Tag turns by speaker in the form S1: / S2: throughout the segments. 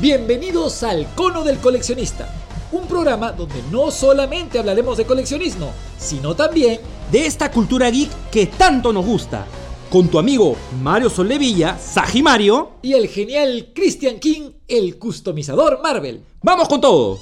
S1: Bienvenidos al Cono del Coleccionista, un programa donde no solamente hablaremos de coleccionismo, sino también
S2: de esta cultura geek que tanto nos gusta. Con tu amigo Mario Sollevilla, Sagimario,
S1: y el genial Christian King, el customizador Marvel.
S2: ¡vamos con todo!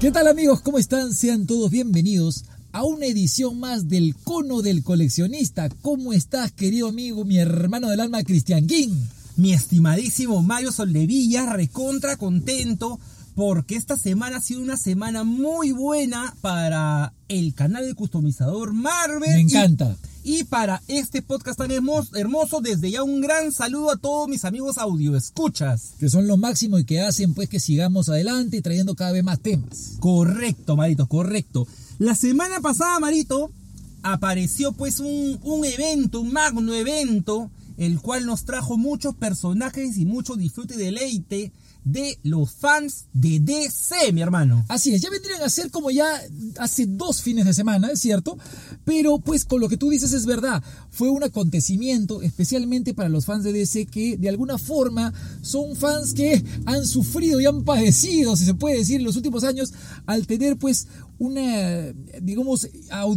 S1: ¿Qué tal amigos? ¿Cómo están? Sean todos bienvenidos a una edición más del Cono del Coleccionista. ¿Cómo estás, querido amigo, mi hermano del alma, Christian King?
S3: Mi estimadísimo Mario Sollevilla, recontra contento porque esta semana ha sido una semana muy buena para el canal del customizador Marvel.
S1: Me
S3: y-
S1: encanta.
S3: Y, para este podcast tan hermos- hermoso, desde ya un gran saludo a todos mis amigos audioescuchas.
S1: Que son lo máximo y que hacen pues que sigamos adelante y trayendo cada vez más temas.
S3: Correcto, Marito, correcto. La semana pasada, Marito, apareció pues un, un evento, un magno evento, el cual nos trajo muchos personajes y mucho disfrute y deleite de los fans de DC, mi hermano.
S1: Así es, ya vendrían a ser como ya hace dos fines de semana, es cierto, pero pues con lo que tú dices es verdad, fue un acontecimiento especialmente para los fans de DC que de alguna forma son fans que han sufrido y han padecido, si se puede decir, en los últimos años al tener pues una, digamos,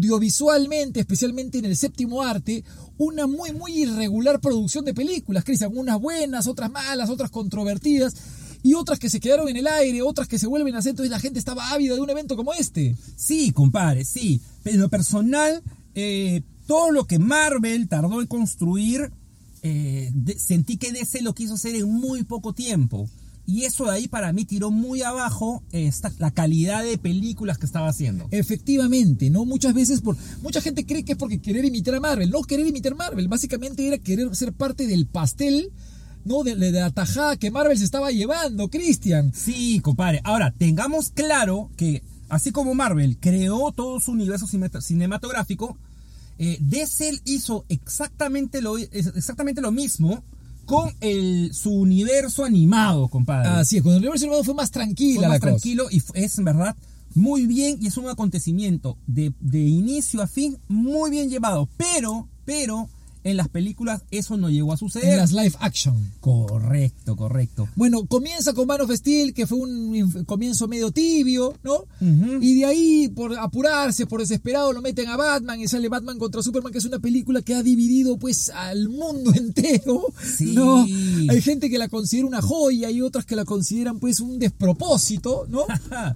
S1: audiovisualmente, especialmente en el séptimo arte, una muy, muy irregular producción de películas, Cristian, unas buenas, otras malas, otras controvertidas y otras que se quedaron en el aire, otras que se vuelven a hacer, entonces la gente estaba ávida de un evento como este.
S3: Sí, compadre, sí. En lo personal, eh, todo lo que Marvel tardó en construir, eh, de- sentí que DC lo quiso hacer en muy poco tiempo. Y eso de ahí para mí tiró muy abajo eh, esta- la calidad de películas que estaba haciendo.
S1: Efectivamente, ¿no? Muchas veces por mucha gente cree que es porque querer imitar a Marvel, no querer imitar Marvel, básicamente era querer ser parte del pastel, ¿no? De, de la tajada que Marvel se estaba llevando, Christian.
S3: Sí, compadre. Ahora, tengamos claro que así como Marvel creó todo su universo cine- cinematográfico, eh, DC hizo exactamente lo, exactamente lo mismo con el, su universo animado, compadre.
S1: Así es, cuando el universo animado fue más tranquila
S3: fue más
S1: la cosa.
S3: tranquilo y fue- es en verdad muy bien y es un acontecimiento de, de inicio a fin muy bien llevado. Pero, pero, en las películas eso no llegó a suceder.
S1: En las live action.
S3: Correcto, correcto.
S1: Bueno, comienza con Man of Steel, que fue un inf- comienzo medio tibio, ¿no?
S3: Ujú.
S1: Y de ahí, por apurarse, por desesperado, lo meten a Batman y sale Batman contra Superman, que es una película que ha dividido pues al mundo entero.
S3: Sí.
S1: ¿no? Hay gente que la considera una joya y otras que la consideran pues un despropósito, ¿no?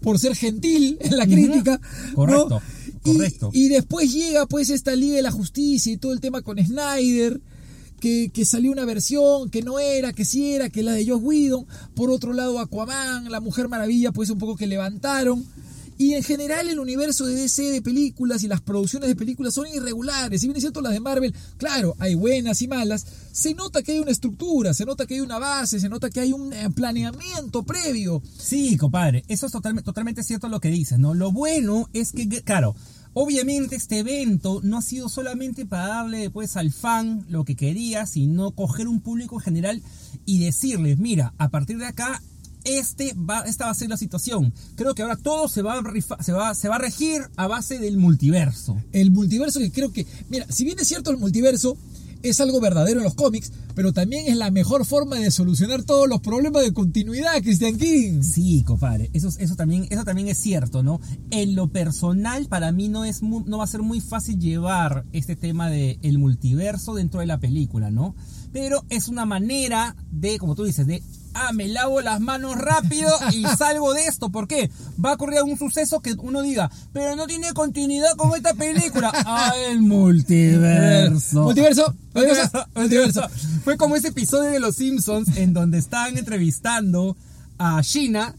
S1: por ser gentil en la crítica. ¿no?
S3: Correcto,
S1: Y-
S3: correcto.
S1: y después llega pues esta Liga de la Justicia y todo el tema con Snyder, que, que salió una versión que no era, que sí era, que la de Joss Whedon. Por otro lado Aquaman, La Mujer Maravilla pues un poco que levantaron. Y en general el universo de DC de películas y las producciones de películas son irregulares. Si bien es cierto las de Marvel, claro, hay buenas y malas. Se nota que hay una estructura, se nota que hay una base, se nota que hay un eh, planeamiento previo.
S3: Sí, compadre, eso es totalme- totalmente cierto lo que dices, ¿no? Lo bueno es que, claro, obviamente este evento no ha sido solamente para darle pues al fan lo que quería, sino coger un público en general y decirles, mira, a partir de acá, este va, esta va a ser la situación. Creo que ahora todo se va, a rifa- se va, se va a regir a base del multiverso.
S1: El multiverso que creo que, mira, si bien es cierto el multiverso es algo verdadero en los cómics, pero también es la mejor forma de solucionar todos los problemas de continuidad, Christian King.
S3: Sí, compadre, eso, es- eso, también, eso también es cierto, ¿no? En lo personal, para mí no, es mu- no va a ser muy fácil llevar este tema del el multiverso dentro de la película, ¿no? Pero es una manera de, como tú dices, de, ah, me lavo las manos rápido y salgo de esto. ¿Por qué? Va a ocurrir algún suceso que uno diga, pero no tiene continuidad con esta película. Ah, el multiverso.
S1: Multiverso, multiverso, multiverso.
S3: Fue como ese episodio de Los Simpsons en donde estaban entrevistando a Gina.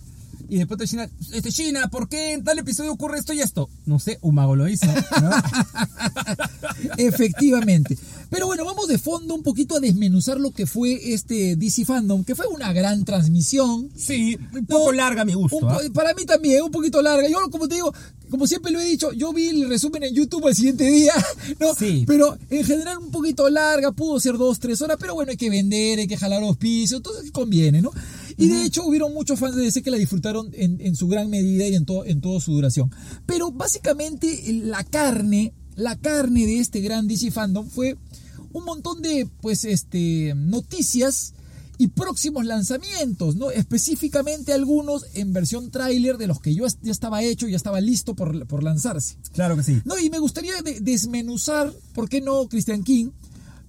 S3: Y después de Gina, este, Gina, ¿por qué en tal episodio ocurre esto y esto? No sé, un mago lo hizo. ¿no?
S1: Efectivamente. Pero bueno, vamos de fondo un poquito a desmenuzar lo que fue este DC Fandom, que fue una gran transmisión.
S3: sí, un poco
S1: No,
S3: larga a mi
S1: Un
S3: gusto.
S1: po-
S3: ¿ah?
S1: Para mí también, un poquito larga. Yo, como te digo, como siempre lo he dicho, yo vi el resumen en YouTube al siguiente día, ¿no?
S3: Sí.
S1: Pero en general un poquito larga, pudo ser dos, tres horas, pero bueno, hay que vender, hay que jalar auspicios, entonces conviene, ¿no? Y de hecho hubieron muchos fans de DC que la disfrutaron en, en su gran medida y en, todo en toda su duración. Pero básicamente eh, la carne, la carne de este gran DC Fandom fue un montón de, pues, este, noticias y próximos lanzamientos, ¿no? Específicamente algunos en versión tráiler de los que yo ya estaba hecho, ya estaba listo por, por lanzarse.
S3: Claro que sí.
S1: No, y me gustaría de- desmenuzar, ¿por qué no, Christian King?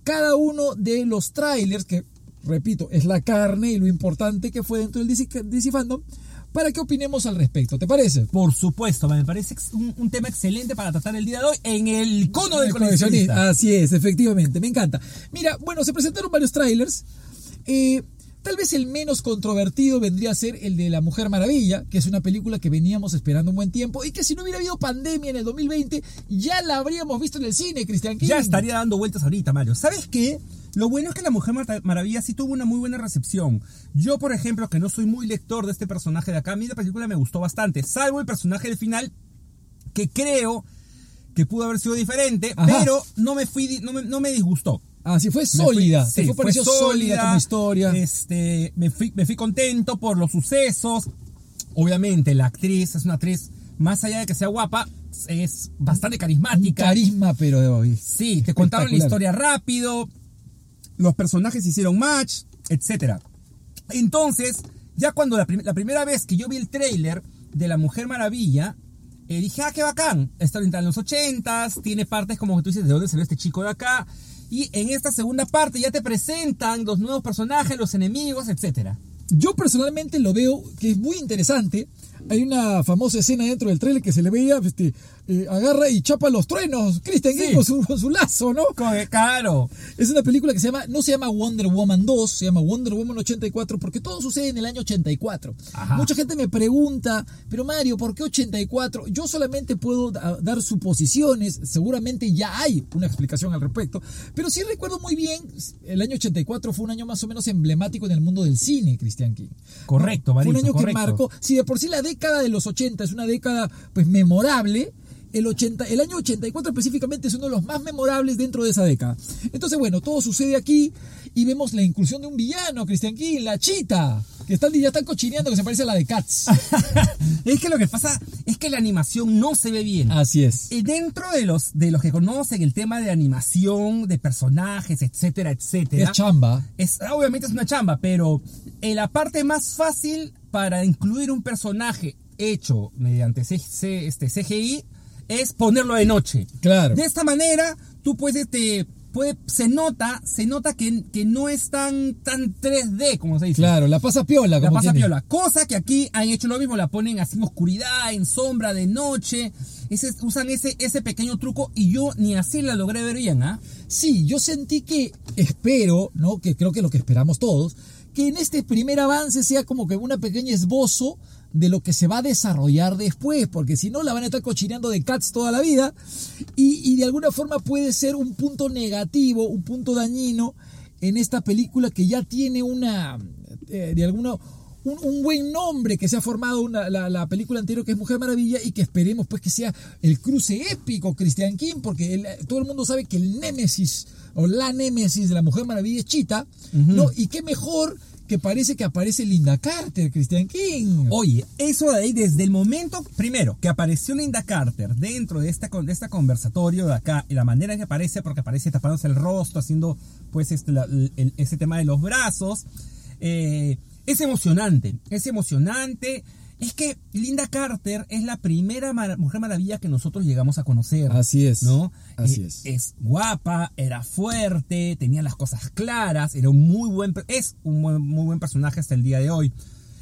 S1: Cada uno de los trailers, que repito, es la carne y lo importante que fue dentro del DC, ca- DC Fandom, para que opinemos al respecto, ¿te parece?
S3: Por supuesto, me parece ex- un, un tema excelente para tratar el día de hoy en el cono del
S1: El
S3: coleccionista.
S1: Así es, efectivamente, me encanta. Mira, bueno, se presentaron varios trailers. Eh, tal vez el menos controvertido vendría a ser el de La Mujer Maravilla, que es una película que veníamos esperando un buen tiempo y que si no hubiera habido pandemia en el 2020, ya la habríamos visto en el cine, Christian King.
S3: Ya estaría dando vueltas ahorita, Mario. ¿Sabes qué? Lo bueno es que la Mujer Mata- Maravilla sí tuvo una muy buena recepción. Yo, por ejemplo, que no soy muy lector de este personaje de acá, a mí la película me gustó bastante, salvo el personaje del final, que creo que pudo haber sido diferente,
S1: Ajá.
S3: pero no me, fui, di- no me, no me disgustó.
S1: Así Ah, fue
S3: Me
S1: sólida,
S3: fui-
S1: te
S3: sí,
S1: fue, pareció sólida, como historia.
S3: Este, me fui, me fui contento por los sucesos. Obviamente, la actriz es una actriz, más allá de que sea guapa, es bastante
S1: Un
S3: carismática.
S1: carisma, pero eh, de hoy.
S3: Sí, te contaron la
S1: Espectacular.
S3: historia rápido, los personajes hicieron match, etc. Entonces, ya cuando la, prim- la primera vez que yo vi el tráiler de La Mujer Maravilla, eh, dije, ah, qué bacán, está orientada en los 80s, tiene partes como que tú dices, ¿de dónde salió este chico de acá? Y en esta segunda parte ya te presentan los nuevos personajes, los enemigos, etc.
S1: Yo personalmente lo veo que es muy interesante. Hay una famosa escena dentro del trailer que se le veía, este, eh, agarra y chapa los truenos, Christian King
S3: Sí.
S1: con, su, con su lazo, ¿no?
S3: Claro,
S1: Es una película que se llama, no se llama Wonder Woman 2, se llama Wonder Woman 84, porque todo sucede en el año 84.
S3: Ajá.
S1: Mucha gente me pregunta, pero Mario, ¿por qué 84? Yo solamente puedo da- dar suposiciones, seguramente ya hay una explicación al respecto, pero sí recuerdo muy bien, el año 84 fue un año más o menos emblemático en el mundo del cine, Christian King.
S3: Correcto,
S1: Fue un
S3: Marito,
S1: año que
S3: correcto.
S1: marcó, si de por sí la década de los 80 es una década pues memorable, el, 80, el año 84 específicamente es uno de los más memorables dentro de esa década. Entonces, bueno, todo sucede aquí y vemos la inclusión de un villano, Christian King, la chita, que están, ya están cochineando que se parece a la de Cats.
S3: es que lo que pasa es que la animación no se ve bien.
S1: Así es.
S3: Y dentro de los, de los que conocen el tema de animación, de personajes, etcétera, etcétera.
S1: Es chamba.
S3: es- obviamente es una chamba, pero eh, la parte más fácil para incluir un personaje hecho mediante C- C- este, CGI es ponerlo de noche.
S1: Claro.
S3: De esta manera, tú puedes, este, puede- se nota, se nota que, que no es tan, tan 3D, como se dice.
S1: Claro, la pasa piola.
S3: La
S1: como
S3: pasa
S1: quien dice.
S3: piola. Cosa que aquí han hecho lo mismo, la ponen así en oscuridad, en sombra, de noche. Ese- usan ese, ese pequeño truco y yo ni así la logré ver bien, ¿ah?
S1: Sí, yo sentí que espero, ¿no? Que creo que es lo que esperamos todos, que en este primer avance sea como que una pequeña esbozo de lo que se va a desarrollar después, porque si no la van a estar cochineando de cats toda la vida y, y de alguna forma puede ser un punto negativo, un punto dañino en esta película que ya tiene una, eh, de alguna, un, un buen nombre que se ha formado una- la, la película anterior que es Mujer Maravilla y que esperemos pues que sea el cruce épico Christian King porque el- todo el mundo sabe que el némesis o la némesis de la Mujer Maravilla es Chita ¿no? y qué mejor que parece que aparece Linda Carter Christian King
S3: Oye, eso de ahí, desde el momento, primero, que apareció Linda Carter dentro de este, con- de este conversatorio de acá, y la manera en que aparece, porque aparece tapándose el rostro, haciendo pues este, la- el- el- ese tema de los brazos, eh, es emocionante, es emocionante. Es que Linda Carter es la primera mar- mujer maravilla que nosotros llegamos a conocer.
S1: Así es,
S3: ¿No?
S1: así
S3: Eh,
S1: es.
S3: Es guapa, era fuerte, tenía las cosas claras, era un muy buen, per- es un buen- muy buen personaje hasta el día de hoy.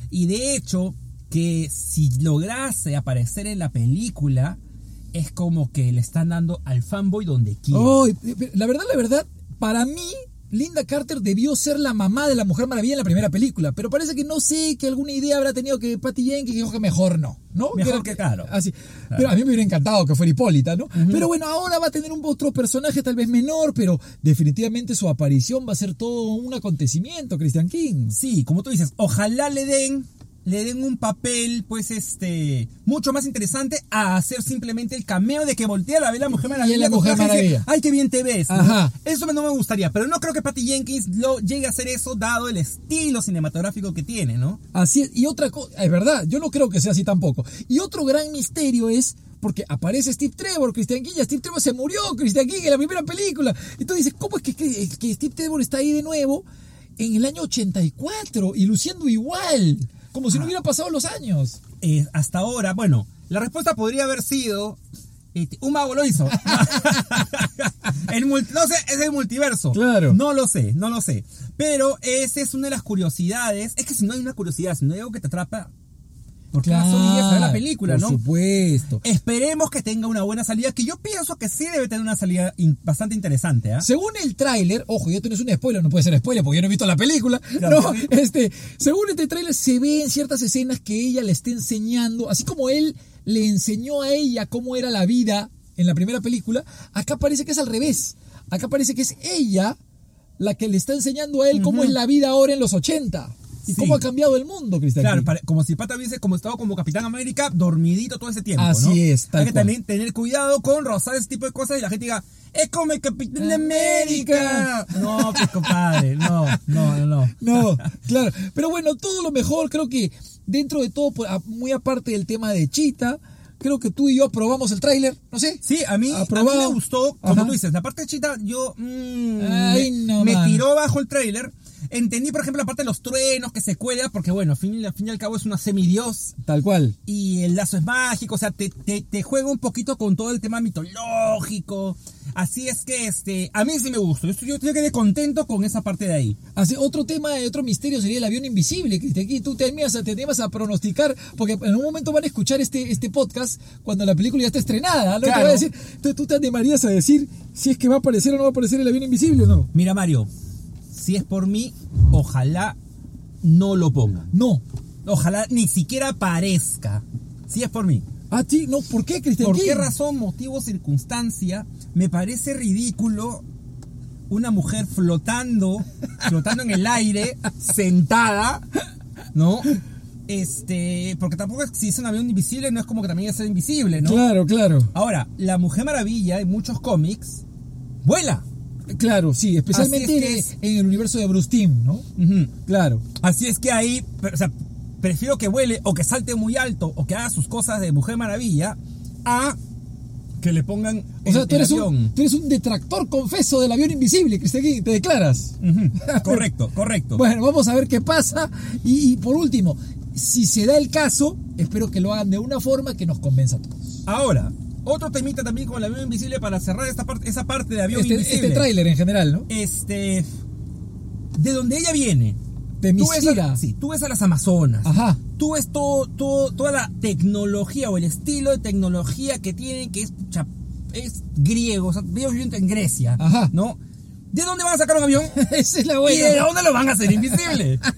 S3: Y de hecho, que si lograse aparecer en la película, es como que le están dando al fanboy donde quiera.
S1: Ay, pero la verdad, la verdad, para mí, Linda Carter debió ser la mamá de la Mujer Maravilla en la primera película. Pero parece que no sé, que alguna idea habrá tenido que Patty Jenkins dijo que mejor no. ¿no?
S3: Mejor
S1: era-
S3: que claro.
S1: Así. Pero a mí me hubiera encantado que fuera Hipólita, ¿no? Pero bueno, ahora va a tener un otro personaje tal vez menor, pero definitivamente su aparición va a ser todo un acontecimiento, Christian King.
S3: Sí, como tú dices, ojalá le den, le den un papel, pues este, mucho más interesante a hacer simplemente el cameo de que voltea la ve la Mujer Maravilla.
S1: Y la
S3: con
S1: Mujer
S3: traje y dice,
S1: Maravilla.
S3: Ay, qué bien te ves. ¿no?
S1: Ajá.
S3: Eso no me gustaría, pero no creo que Patty Jenkins lo llegue a hacer eso dado el estilo cinematográfico que tiene, ¿no?
S1: Así es. Y otra cosa, es verdad, yo no creo que sea así tampoco. Y otro gran misterio es porque aparece Steve Trevor, Christian King, ya Steve Trevor se murió, Christian King en la primera película. Y tú dices, ¿cómo es que, que- que Steve Trevor está ahí de nuevo? en el año 84 y luciendo igual, como si
S3: Ah.
S1: no hubieran pasado los años.
S3: Eh, hasta ahora, bueno, la respuesta podría haber sido. este, un mago lo hizo. El mul- no sé, es el multiverso.
S1: Claro.
S3: No lo sé, no lo sé. Pero esa es una de las curiosidades. Es que si no hay una curiosidad, si no hay algo que te atrapa, ¿por qué vas hoy día a ver la película,
S1: por
S3: no?
S1: supuesto.
S3: Esperemos que tenga una buena salida, que yo pienso que sí debe tener una salida in- bastante interesante, ¿ah?
S1: Según el tráiler, ojo, ya tú no es un spoiler, no puede ser spoiler porque yo no he visto la película.
S3: Claro.
S1: No, este, según este tráiler se ven ciertas escenas que ella le está enseñando, así como él le enseñó a ella cómo era la vida en la primera película, acá parece que es al revés. Acá parece que es ella la que le está enseñando a él cómo es la vida ahora en los 80 y
S3: Sí.
S1: cómo ha cambiado el mundo, Cristian.
S3: Claro, pare- como si Pata hubiese como estado como Capitán América, dormidito todo ese tiempo.
S1: Así
S3: ¿no?
S1: es, tal
S3: Hay que
S1: cual.
S3: también tener cuidado con rozar ese tipo de cosas y la gente diga, es como el Capitán América. No, pues compadre, no, no, no, no.
S1: No, claro. Pero bueno, todo lo mejor. Creo que dentro de todo, por- a- muy aparte del tema de Chita, creo que tú y yo aprobamos el tráiler. No sé.
S3: Sí, a mí, a mí
S1: Aprobado.
S3: me gustó, como
S1: Ajá.
S3: tú dices, la parte chita, yo mm,
S1: Ay,
S3: me,
S1: no,
S3: me
S1: mano.
S3: tiró bajo el trailer. Entendí, por ejemplo, la parte de los truenos que se cuela, porque bueno, al fin, al fin y al cabo es una semidios.
S1: Tal cual.
S3: y el lazo es mágico, o sea, te, te, te juega un poquito con todo el tema mitológico. Así es que este, a mí sí me gustó. Yo, yo, yo quedé contento con esa parte de ahí.
S1: Así, otro tema, otro misterio sería el avión invisible, Cristian. Aquí tú te animas, a- te animas a pronosticar, porque en un momento van a escuchar este, este podcast cuando la película ya está estrenada. ¿no? Te
S3: Claro.
S1: va a decir, tú, tú te animarías a decir si es que va a aparecer o no va a aparecer el avión invisible o no.
S3: Mira, Mario, si es por mí, ojalá no lo pongan.
S1: No.
S3: Ojalá ni siquiera aparezca. Si es por mí.
S1: ¿A ti? No, ¿por qué, Cristian?
S3: ¿Por qué razón, motivo, circunstancia? Me parece ridículo una mujer flotando, flotando en el aire, sentada, ¿no? Este, porque tampoco es, si es un avión invisible, no es como que también es ser invisible, ¿no?
S1: Claro, claro.
S3: Ahora, la Mujer Maravilla en muchos cómics vuela.
S1: Claro, sí, especialmente
S3: Así es
S1: en, en el universo de Bruce Timm, ¿no? Claro.
S3: Así es que ahí, pre- o sea, prefiero que vuele o que salte muy alto o que haga sus cosas de Mujer Maravilla a que le pongan
S1: O sea,
S3: el-
S1: tú
S3: el
S1: eres,
S3: avión.
S1: un, tú eres un detractor confeso del avión invisible, Cristian Guin, te declaras.
S3: Ujú, Correcto, correcto.
S1: Bueno, vamos a ver qué pasa. Y, y por último, si se da el caso, espero que lo hagan de una forma que nos convenza a todos.
S3: Ahora, otro temita también con el avión invisible para cerrar esta parte, esa parte de avión
S1: Este,
S3: invisible.
S1: este tráiler en general, ¿no?
S3: Este, de donde ella viene.
S1: De
S3: Tú ves,
S1: Mistira.
S3: a, sí, tú ves a las Amazonas.
S1: Ajá.
S3: Tú ves todo, todo- toda la tecnología o el estilo de tecnología que tienen, que es, cha- es griego. O sea, ellos viven en Grecia.
S1: Ajá.
S3: ¿No? ¿De dónde van a sacar un avión?
S1: Esa es la
S3: ¿Y de
S1: buena.
S3: dónde lo van a hacer invisible?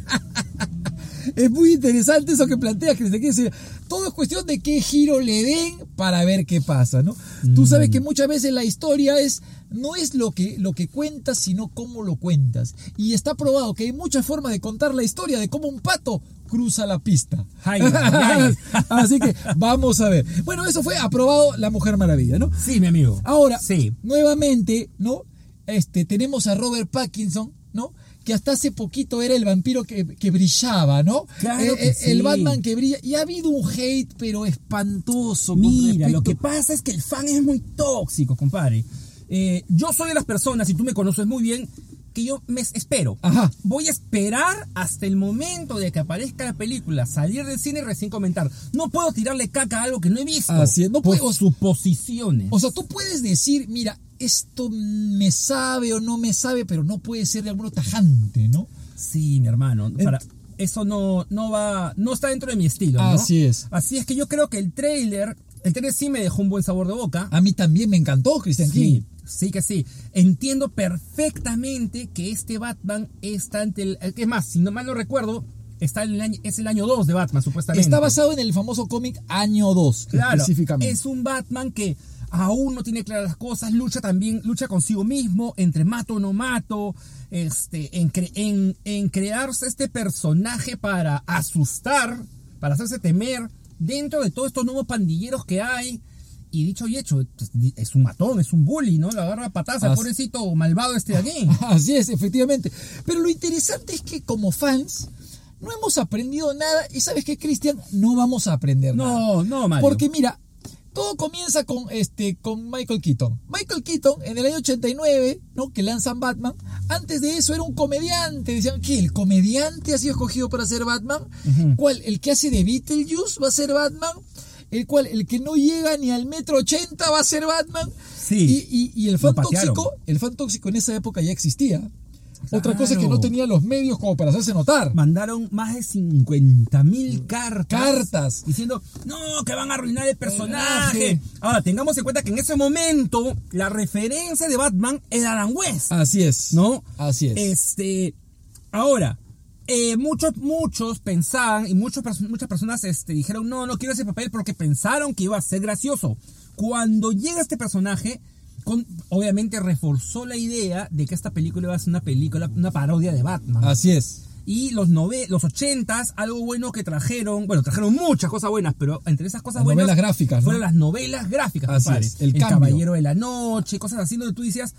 S1: Es muy interesante eso que planteas, Cristian Guin. Se- Todo es cuestión de qué giro le den para ver qué pasa, ¿no? Tú sabes
S3: Mm.
S1: que muchas veces la historia es no es lo que, lo que cuentas, sino cómo lo cuentas. Y está probado que hay muchas formas de contar la historia de cómo un pato cruza la pista.
S3: Ay, ay.
S1: Así que vamos a ver. Bueno, eso fue aprobado La Mujer Maravilla, ¿no?
S3: sí, mi amigo.
S1: Ahora,
S3: Sí.
S1: nuevamente, ¿no? Este, tenemos a Robert Pattinson, ¿no? Que hasta hace poquito era el vampiro que, que brillaba, ¿no?
S3: Claro
S1: Eh,
S3: que
S1: eh,
S3: sí.
S1: El Batman que brilla. Y ha habido un hate, pero espantoso. con
S3: Mira, lo que
S1: respecto-
S3: pasa es que el fan es muy tóxico, compadre. Eh, yo soy de las personas, y tú me conoces muy bien, que yo me espero.
S1: Ajá.
S3: Voy a esperar hasta el momento de que aparezca la película, salir del cine y recién comentar. No puedo tirarle caca a algo que no he visto.
S1: Así es, no
S3: por
S1: puedo-
S3: suposiciones.
S1: O sea, tú puedes decir, mira, esto me sabe o no me sabe, pero no puede ser de alguno tajante, ¿no?
S3: Sí, mi hermano. para- eso no, no va. No está dentro de mi estilo. ¿no?
S1: Así es.
S3: Así es que yo creo que el trailer. El trailer sí me dejó un buen sabor de boca.
S1: A mí también me encantó Christian King.
S3: Sí, sí que sí. Entiendo perfectamente que este Batman está ante el... Es más, si no mal no recuerdo, está en el año, es el año 2 de Batman, supuestamente.
S1: Está basado en el famoso cómic Año 2,
S3: Claro,
S1: específicamente.
S3: Es un Batman que aún no tiene claras las cosas, lucha también, lucha consigo mismo, entre mato o no mato, este, en, cre- en, en crearse este personaje para asustar, para hacerse temer, dentro de todos estos nuevos pandilleros que hay. Y dicho y hecho, es- es un matón, es un bully, ¿no? Lo agarra a patadas al
S1: As-
S3: pobrecito malvado este de aquí.
S1: Así es, efectivamente. Pero lo interesante es que como fans no hemos aprendido nada y sabes que Cristian no vamos a aprender nada.
S3: No, no, Mario.
S1: Porque mira, Todo comienza con, este, con Michael Keaton. Michael Keaton, en el año 89, ¿no? que lanzan Batman, antes de eso era un comediante. Decían que el comediante ha sido escogido para ser Batman. ¿Cuál? ¿El que hace de Beetlejuice va a ser Batman? El cual, el que no llega ni al metro 80 va a ser Batman.
S3: Sí,
S1: Y, y- y el
S3: lo
S1: fan
S3: patearon.
S1: tóxico, el fan tóxico en esa época ya existía. Otra cosa es que
S3: Claro.
S1: no tenía los medios como para hacerse notar.
S3: Mandaron más de 50 mil cartas.
S1: Cartas.
S3: Diciendo, no, que van a arruinar el personaje.
S1: Personaje.
S3: Ahora, tengamos en cuenta que en ese momento la referencia de Batman era Adam West.
S1: Así es.
S3: ¿No?
S1: Así es.
S3: Este, ahora, eh, muchos, muchos pensaban y muchos, perso- muchas personas este, dijeron, no, no quiero ese papel porque pensaron que iba a ser gracioso. Cuando llega este personaje, con- obviamente reforzó la idea de que esta película iba a ser una película, una parodia de Batman.
S1: Así es.
S3: Y los, nove los 80s, algo bueno que trajeron, bueno, trajeron muchas cosas buenas, pero entre esas cosas
S1: Las
S3: buenas.
S1: novelas gráficas, ¿no?
S3: Fueron las novelas gráficas,
S1: Así
S3: compadre.
S1: es, El Cambio.
S3: Caballero de la Noche, cosas así donde tú decías,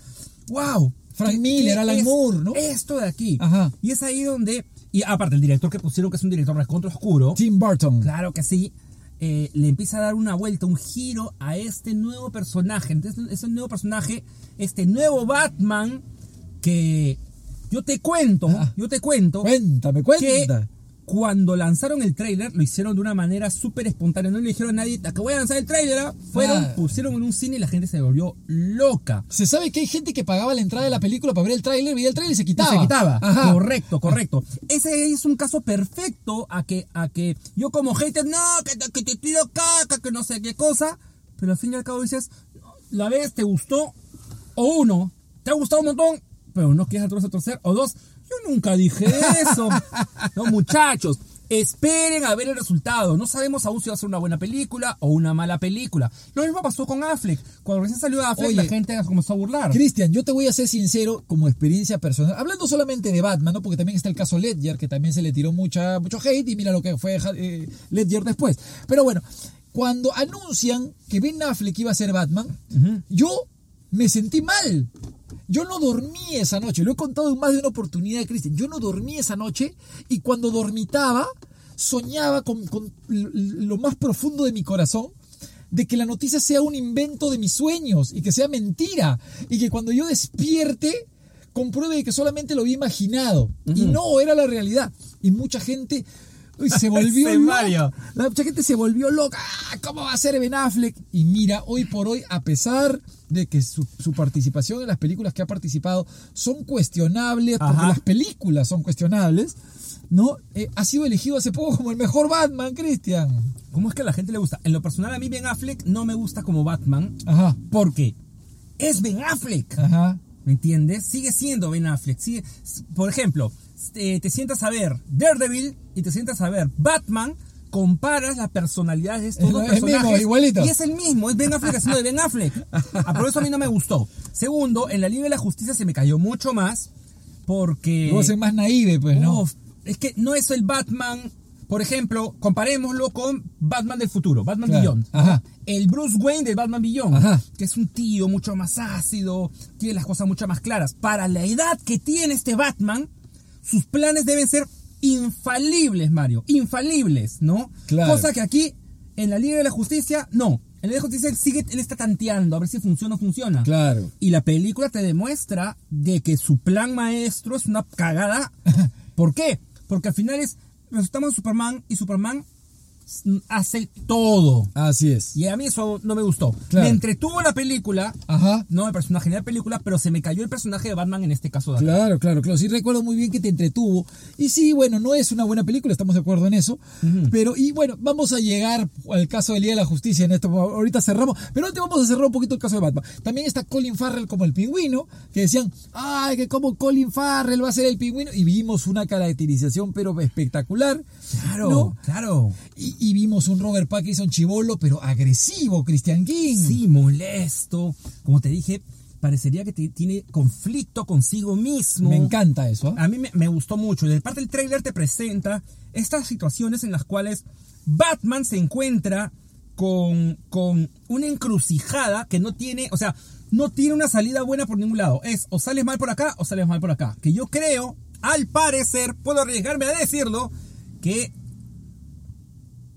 S3: wow.
S1: Frank Miller, Alan Moore, ¿no?
S3: Esto de aquí.
S1: Ajá.
S3: Y es ahí donde. Y aparte, el director que pusieron, que es un director recontra oscuro.
S1: Tim Burton.
S3: Claro que sí. eh, le empieza a dar una vuelta, un giro a este nuevo personaje. Entonces, este nuevo personaje, este nuevo Batman, que yo te cuento,
S1: Ah.
S3: yo te cuento
S1: Cuéntame,
S3: que
S1: cuenta.
S3: cuando lanzaron el tráiler lo hicieron de una manera súper espontánea. No le dijeron a nadie, acá voy a lanzar el tráiler. ah". Fueron,
S1: Ah.
S3: pusieron en un cine y la gente se volvió loca.
S1: Se sabe que hay gente que pagaba la entrada de la película para ver el tráiler, veía el tráiler y se
S3: Y
S1: quitaba.
S3: se quitaba.
S1: Ajá.
S3: Correcto, correcto. Ese es un caso perfecto a que, a que yo como hater, no, que, te- que te tiro caca, que no sé qué cosa. Pero al fin y al cabo dices, la vez te gustó, o uno, te ha gustado un montón, pero no quieres atrás a torcer, o dos, yo nunca dije eso. no, muchachos. Esperen a ver el resultado. No sabemos aún si va a ser una buena película o una mala película. Lo mismo pasó con Affleck. Cuando recién salió Affleck,
S1: Oye.
S3: la gente comenzó a burlar.
S1: Cristian, yo te voy a ser sincero como experiencia personal. Hablando solamente de Batman, ¿no? Porque también está el caso Ledger, que también se le tiró mucha, mucho hate y mira lo que fue eh, Ledger después. Pero bueno, cuando anuncian que Ben Affleck iba a ser Batman, yo me sentí mal. Yo no dormí esa noche. Lo he contado en más de una oportunidad, Cristian. Yo no dormí esa noche y cuando dormitaba, soñaba con, con l- l- lo más profundo de mi corazón de que la noticia sea un invento de mis sueños y que sea mentira y que cuando yo despierte compruebe que solamente lo había imaginado y no era la realidad y mucha gente uy, se volvió
S3: Ese Mario.
S1: loca. La, mucha gente se volvió loca ¡Ah! cómo va a ser Ben Affleck y mira hoy por hoy a pesar de que su, su participación en las películas que ha participado son cuestionables porque
S3: Ajá.
S1: las películas son cuestionables no Eh, ha sido elegido hace poco como el mejor Batman Cristian
S3: ¿Cómo es que a la gente le gusta? En lo personal, a mí Ben Affleck no me gusta como Batman.
S1: ajá
S3: Porque es Ben Affleck.
S1: ajá
S3: ¿Me entiendes? Sigue siendo Ben Affleck. sigue- s- por ejemplo, s- eh, te sientas a ver Daredevil y te sientas a ver Batman. Comparas las personalidades de estos
S1: Es
S3: dos
S1: lo- es mismo,
S3: personajes.
S1: igualito.
S3: Y es el mismo, es Ben Affleck haciendo de Ben Affleck. Ah, por eso a mí no me gustó. Segundo, en la Liga de la Justicia se me cayó mucho más. Porque.
S1: Luego ser más naive, pues, ¿no?
S3: Uf, es que no es el Batman. Por ejemplo, comparémoslo con Batman del futuro, Batman
S1: Claro,
S3: Beyond.
S1: ajá.
S3: El Bruce Wayne del Batman Beyond,
S1: Ajá.
S3: que es un tío mucho más ácido, tiene las cosas mucho más claras. Para la edad que tiene este Batman, sus planes deben ser infalibles, Mario, infalibles, ¿no?
S1: Claro.
S3: Cosa que aquí, en la Liga de la Justicia, no. En la Liga de la Justicia él sigue, él está tanteando a ver si funciona o no funciona.
S1: Claro.
S3: Y la película te demuestra de que su plan maestro es una cagada. ¿Por qué? Porque al final es, resultamos en Superman y Superman s- hace todo.
S1: Así es.
S3: Y a mí eso no me gustó.
S1: Claro.
S3: Me entretuvo la película.
S1: Ajá.
S3: No, el personaje de la película, pero se me cayó el personaje de Batman en este caso de acá.
S1: Claro, claro, claro. Sí recuerdo muy bien que te entretuvo. Y sí, bueno, no es una buena película, estamos de acuerdo en eso. Pero, y bueno, vamos a llegar al caso de Liga de la Justicia en esto. Ahorita cerramos. Pero antes vamos a cerrar un poquito el caso de Batman. También está Colin Farrell como el pingüino, que decían, ay, que como Colin Farrell va a ser el pingüino. Y vimos una caracterización, pero espectacular. ¿no?
S3: claro.
S1: Y, y vimos un Robert Pattinson chivolo, pero agresivo, Christian King.
S3: Sí, molesto. Como te dije, parecería que te- tiene conflicto consigo mismo.
S1: Me encanta eso. ¿ah?
S3: A mí me, me gustó mucho. De parte del tráiler te presenta estas situaciones en las cuales Batman se encuentra con, con una encrucijada que no tiene, o sea, no tiene una salida buena por ningún lado. Es o sales mal por acá o sales mal por acá. Que yo creo, al parecer, puedo arriesgarme a decirlo, que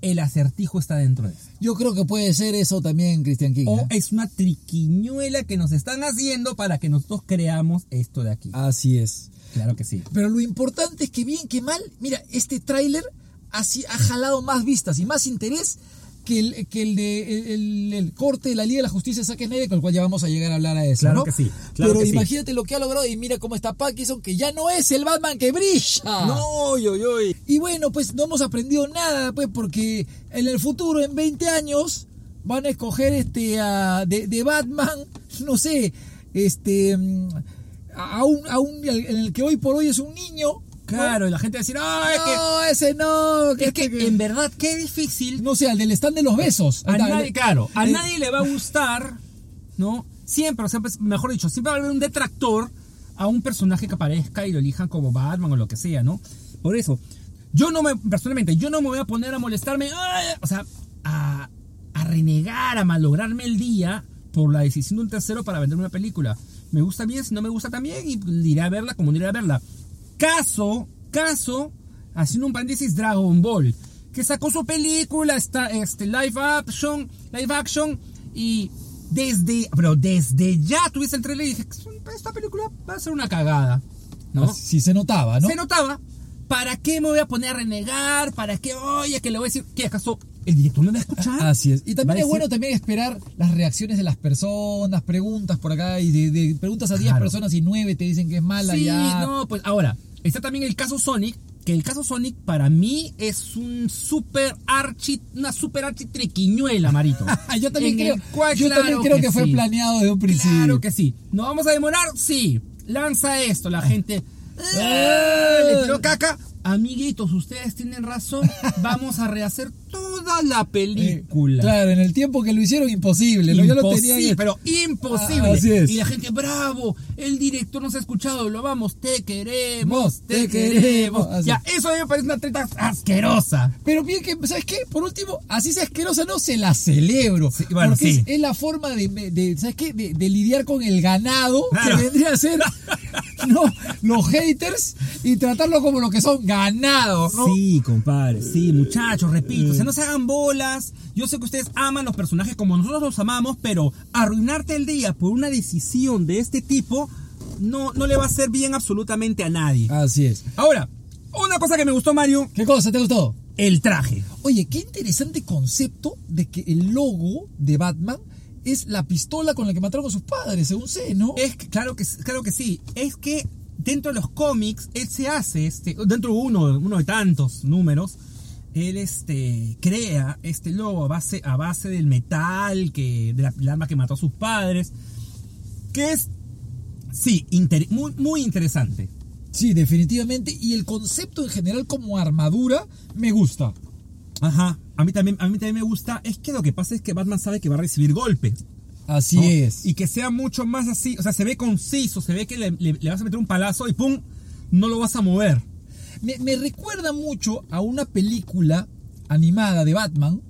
S3: el acertijo está dentro de eso.
S1: Yo creo que puede ser eso también, Christian King.
S3: O
S1: ¿eh?
S3: es una triquiñuela que nos están haciendo para que nosotros creamos esto de aquí.
S1: Así es.
S3: Ah, Claro que sí.
S1: Pero lo importante es que bien que mal, mira, este tráiler ha, si- ha jalado más vistas y más interés que el, que el de el, el- el corte de la Liga de la Justicia de Zack Snyder, con el cual ya vamos a llegar a hablar a eso.
S3: Claro
S1: ¿no?
S3: que sí, claro
S1: Pero
S3: que sí.
S1: imagínate lo que ha logrado y mira cómo está Parkinson, que ya no es el Batman que brilla.
S2: No, yo, yo.
S1: Y bueno, pues no hemos aprendido nada, pues, porque en el futuro, en 20 años, van a escoger este a- de, de Batman, no sé, este mm, a a un, a un- en el que hoy por hoy es un niño.
S3: Claro, y la gente va a decir, ah, es que...
S1: No, ese no.
S3: Es que en verdad qué difícil.
S1: no sé, al del stand de los besos. eh,
S3: A
S1: Anda,
S3: nadie,
S1: el-
S3: claro, a
S1: el-
S3: nadie le va a gustar, ¿no? Siempre, o sea, pues, mejor dicho, siempre va a haber un detractor a un personaje que aparezca y lo elijan como Batman o lo que sea, ¿no? Por eso, yo no me, personalmente, yo no me voy a poner a molestarme, ¡ay! o sea, a, a renegar, a malograrme el día por la decisión de un tercero para vender una película. Me gusta bien, si no me gusta también, y iré a verla como no iré a verla. Caso, caso, haciendo un paréntesis, Dragon Ball, que sacó su película, está, este, live action, live action, y desde, pero desde ya tuviste el trailer y dije, esta película va a ser una cagada, ¿no?
S1: Ah, Sí, se notaba, ¿no?
S3: Se notaba. ¿Para qué me voy a poner a renegar? ¿Para qué? Oye, que le voy a decir, ¿qué acaso el director no Ah, me va a escuchar?
S1: Así es. Y
S3: Va a
S1: también es
S3: decir-
S1: bueno también esperar las reacciones de las personas, preguntas por acá, y de, de- preguntas a 10
S3: Claro.
S1: personas y 9 te dicen que es mala
S3: Sí,
S1: ya.
S3: no, pues ahora, está también el caso Sonic, que el caso Sonic para mí es un super archi, una super archi triquiñuela, Marito.
S1: Ah, yo también
S3: En
S1: creo,
S3: el cual,
S1: yo también
S3: claro
S1: creo que, fue
S3: sí.
S1: planeado desde un principio.
S3: Claro que sí. ¿Nos vamos a demorar? Sí. Lanza esto, la gente.
S1: Ah.
S3: Le tiró caca. Amiguitos, ustedes tienen razón. Vamos a rehacer toda la
S1: Eh,
S3: película.
S1: Claro, en el tiempo que lo hicieron imposible. ¿no? Yo lo tenía ahí.
S3: Imposible, pero imposible.
S1: Ah, así es.
S3: Y la gente, bravo, el director nos ha escuchado, lo vamos, te queremos, te,
S1: Te queremos.
S3: queremos.
S1: Así
S3: Ya, eso a mí me parece una treta asquerosa.
S1: Pero bien que, ¿sabes qué? Por último, así sea asquerosa, no se la celebro.
S3: bueno,
S1: porque
S3: sí.
S1: es, es la forma de, de- ¿sabes qué? De, de lidiar con el ganado,
S3: Claro.
S1: que vendría a ser ¿no? los haters, y tratarlos como lo que son, ganados, ¿no?
S3: Sí, compadre, sí, muchachos, repito, o sea, no se hagan bolas. Yo sé que ustedes aman los personajes como nosotros los amamos, pero arruinarte el día por una decisión de este tipo no, no le va a hacer bien absolutamente a nadie.
S1: Así es.
S3: Ahora, una cosa que me gustó, Mario,
S1: ¿Qué cosa te gustó?
S3: el traje.
S1: Oye, qué interesante concepto de que el logo de Batman es la pistola con la que mataron a sus padres, según sé, ¿no?
S3: Es que, claro que claro que sí. Es que dentro de los cómics él se hace este dentro de uno, uno de tantos números él este crea este logo a base a base del metal que de la, el arma que mató a sus padres que es sí inter- muy muy interesante
S1: Sí, definitivamente. Y el concepto en general como armadura me gusta.
S3: ajá a mí también a mí también me gusta es que lo que pasa es que Batman sabe que va a recibir golpes
S1: Así
S3: ¿no?
S1: es.
S3: Y que sea mucho más así, o sea, se ve conciso, se ve que le, le- le vas a meter un palazo y pum, no lo vas a mover.
S1: me, me recuerda mucho a una película animada de Batman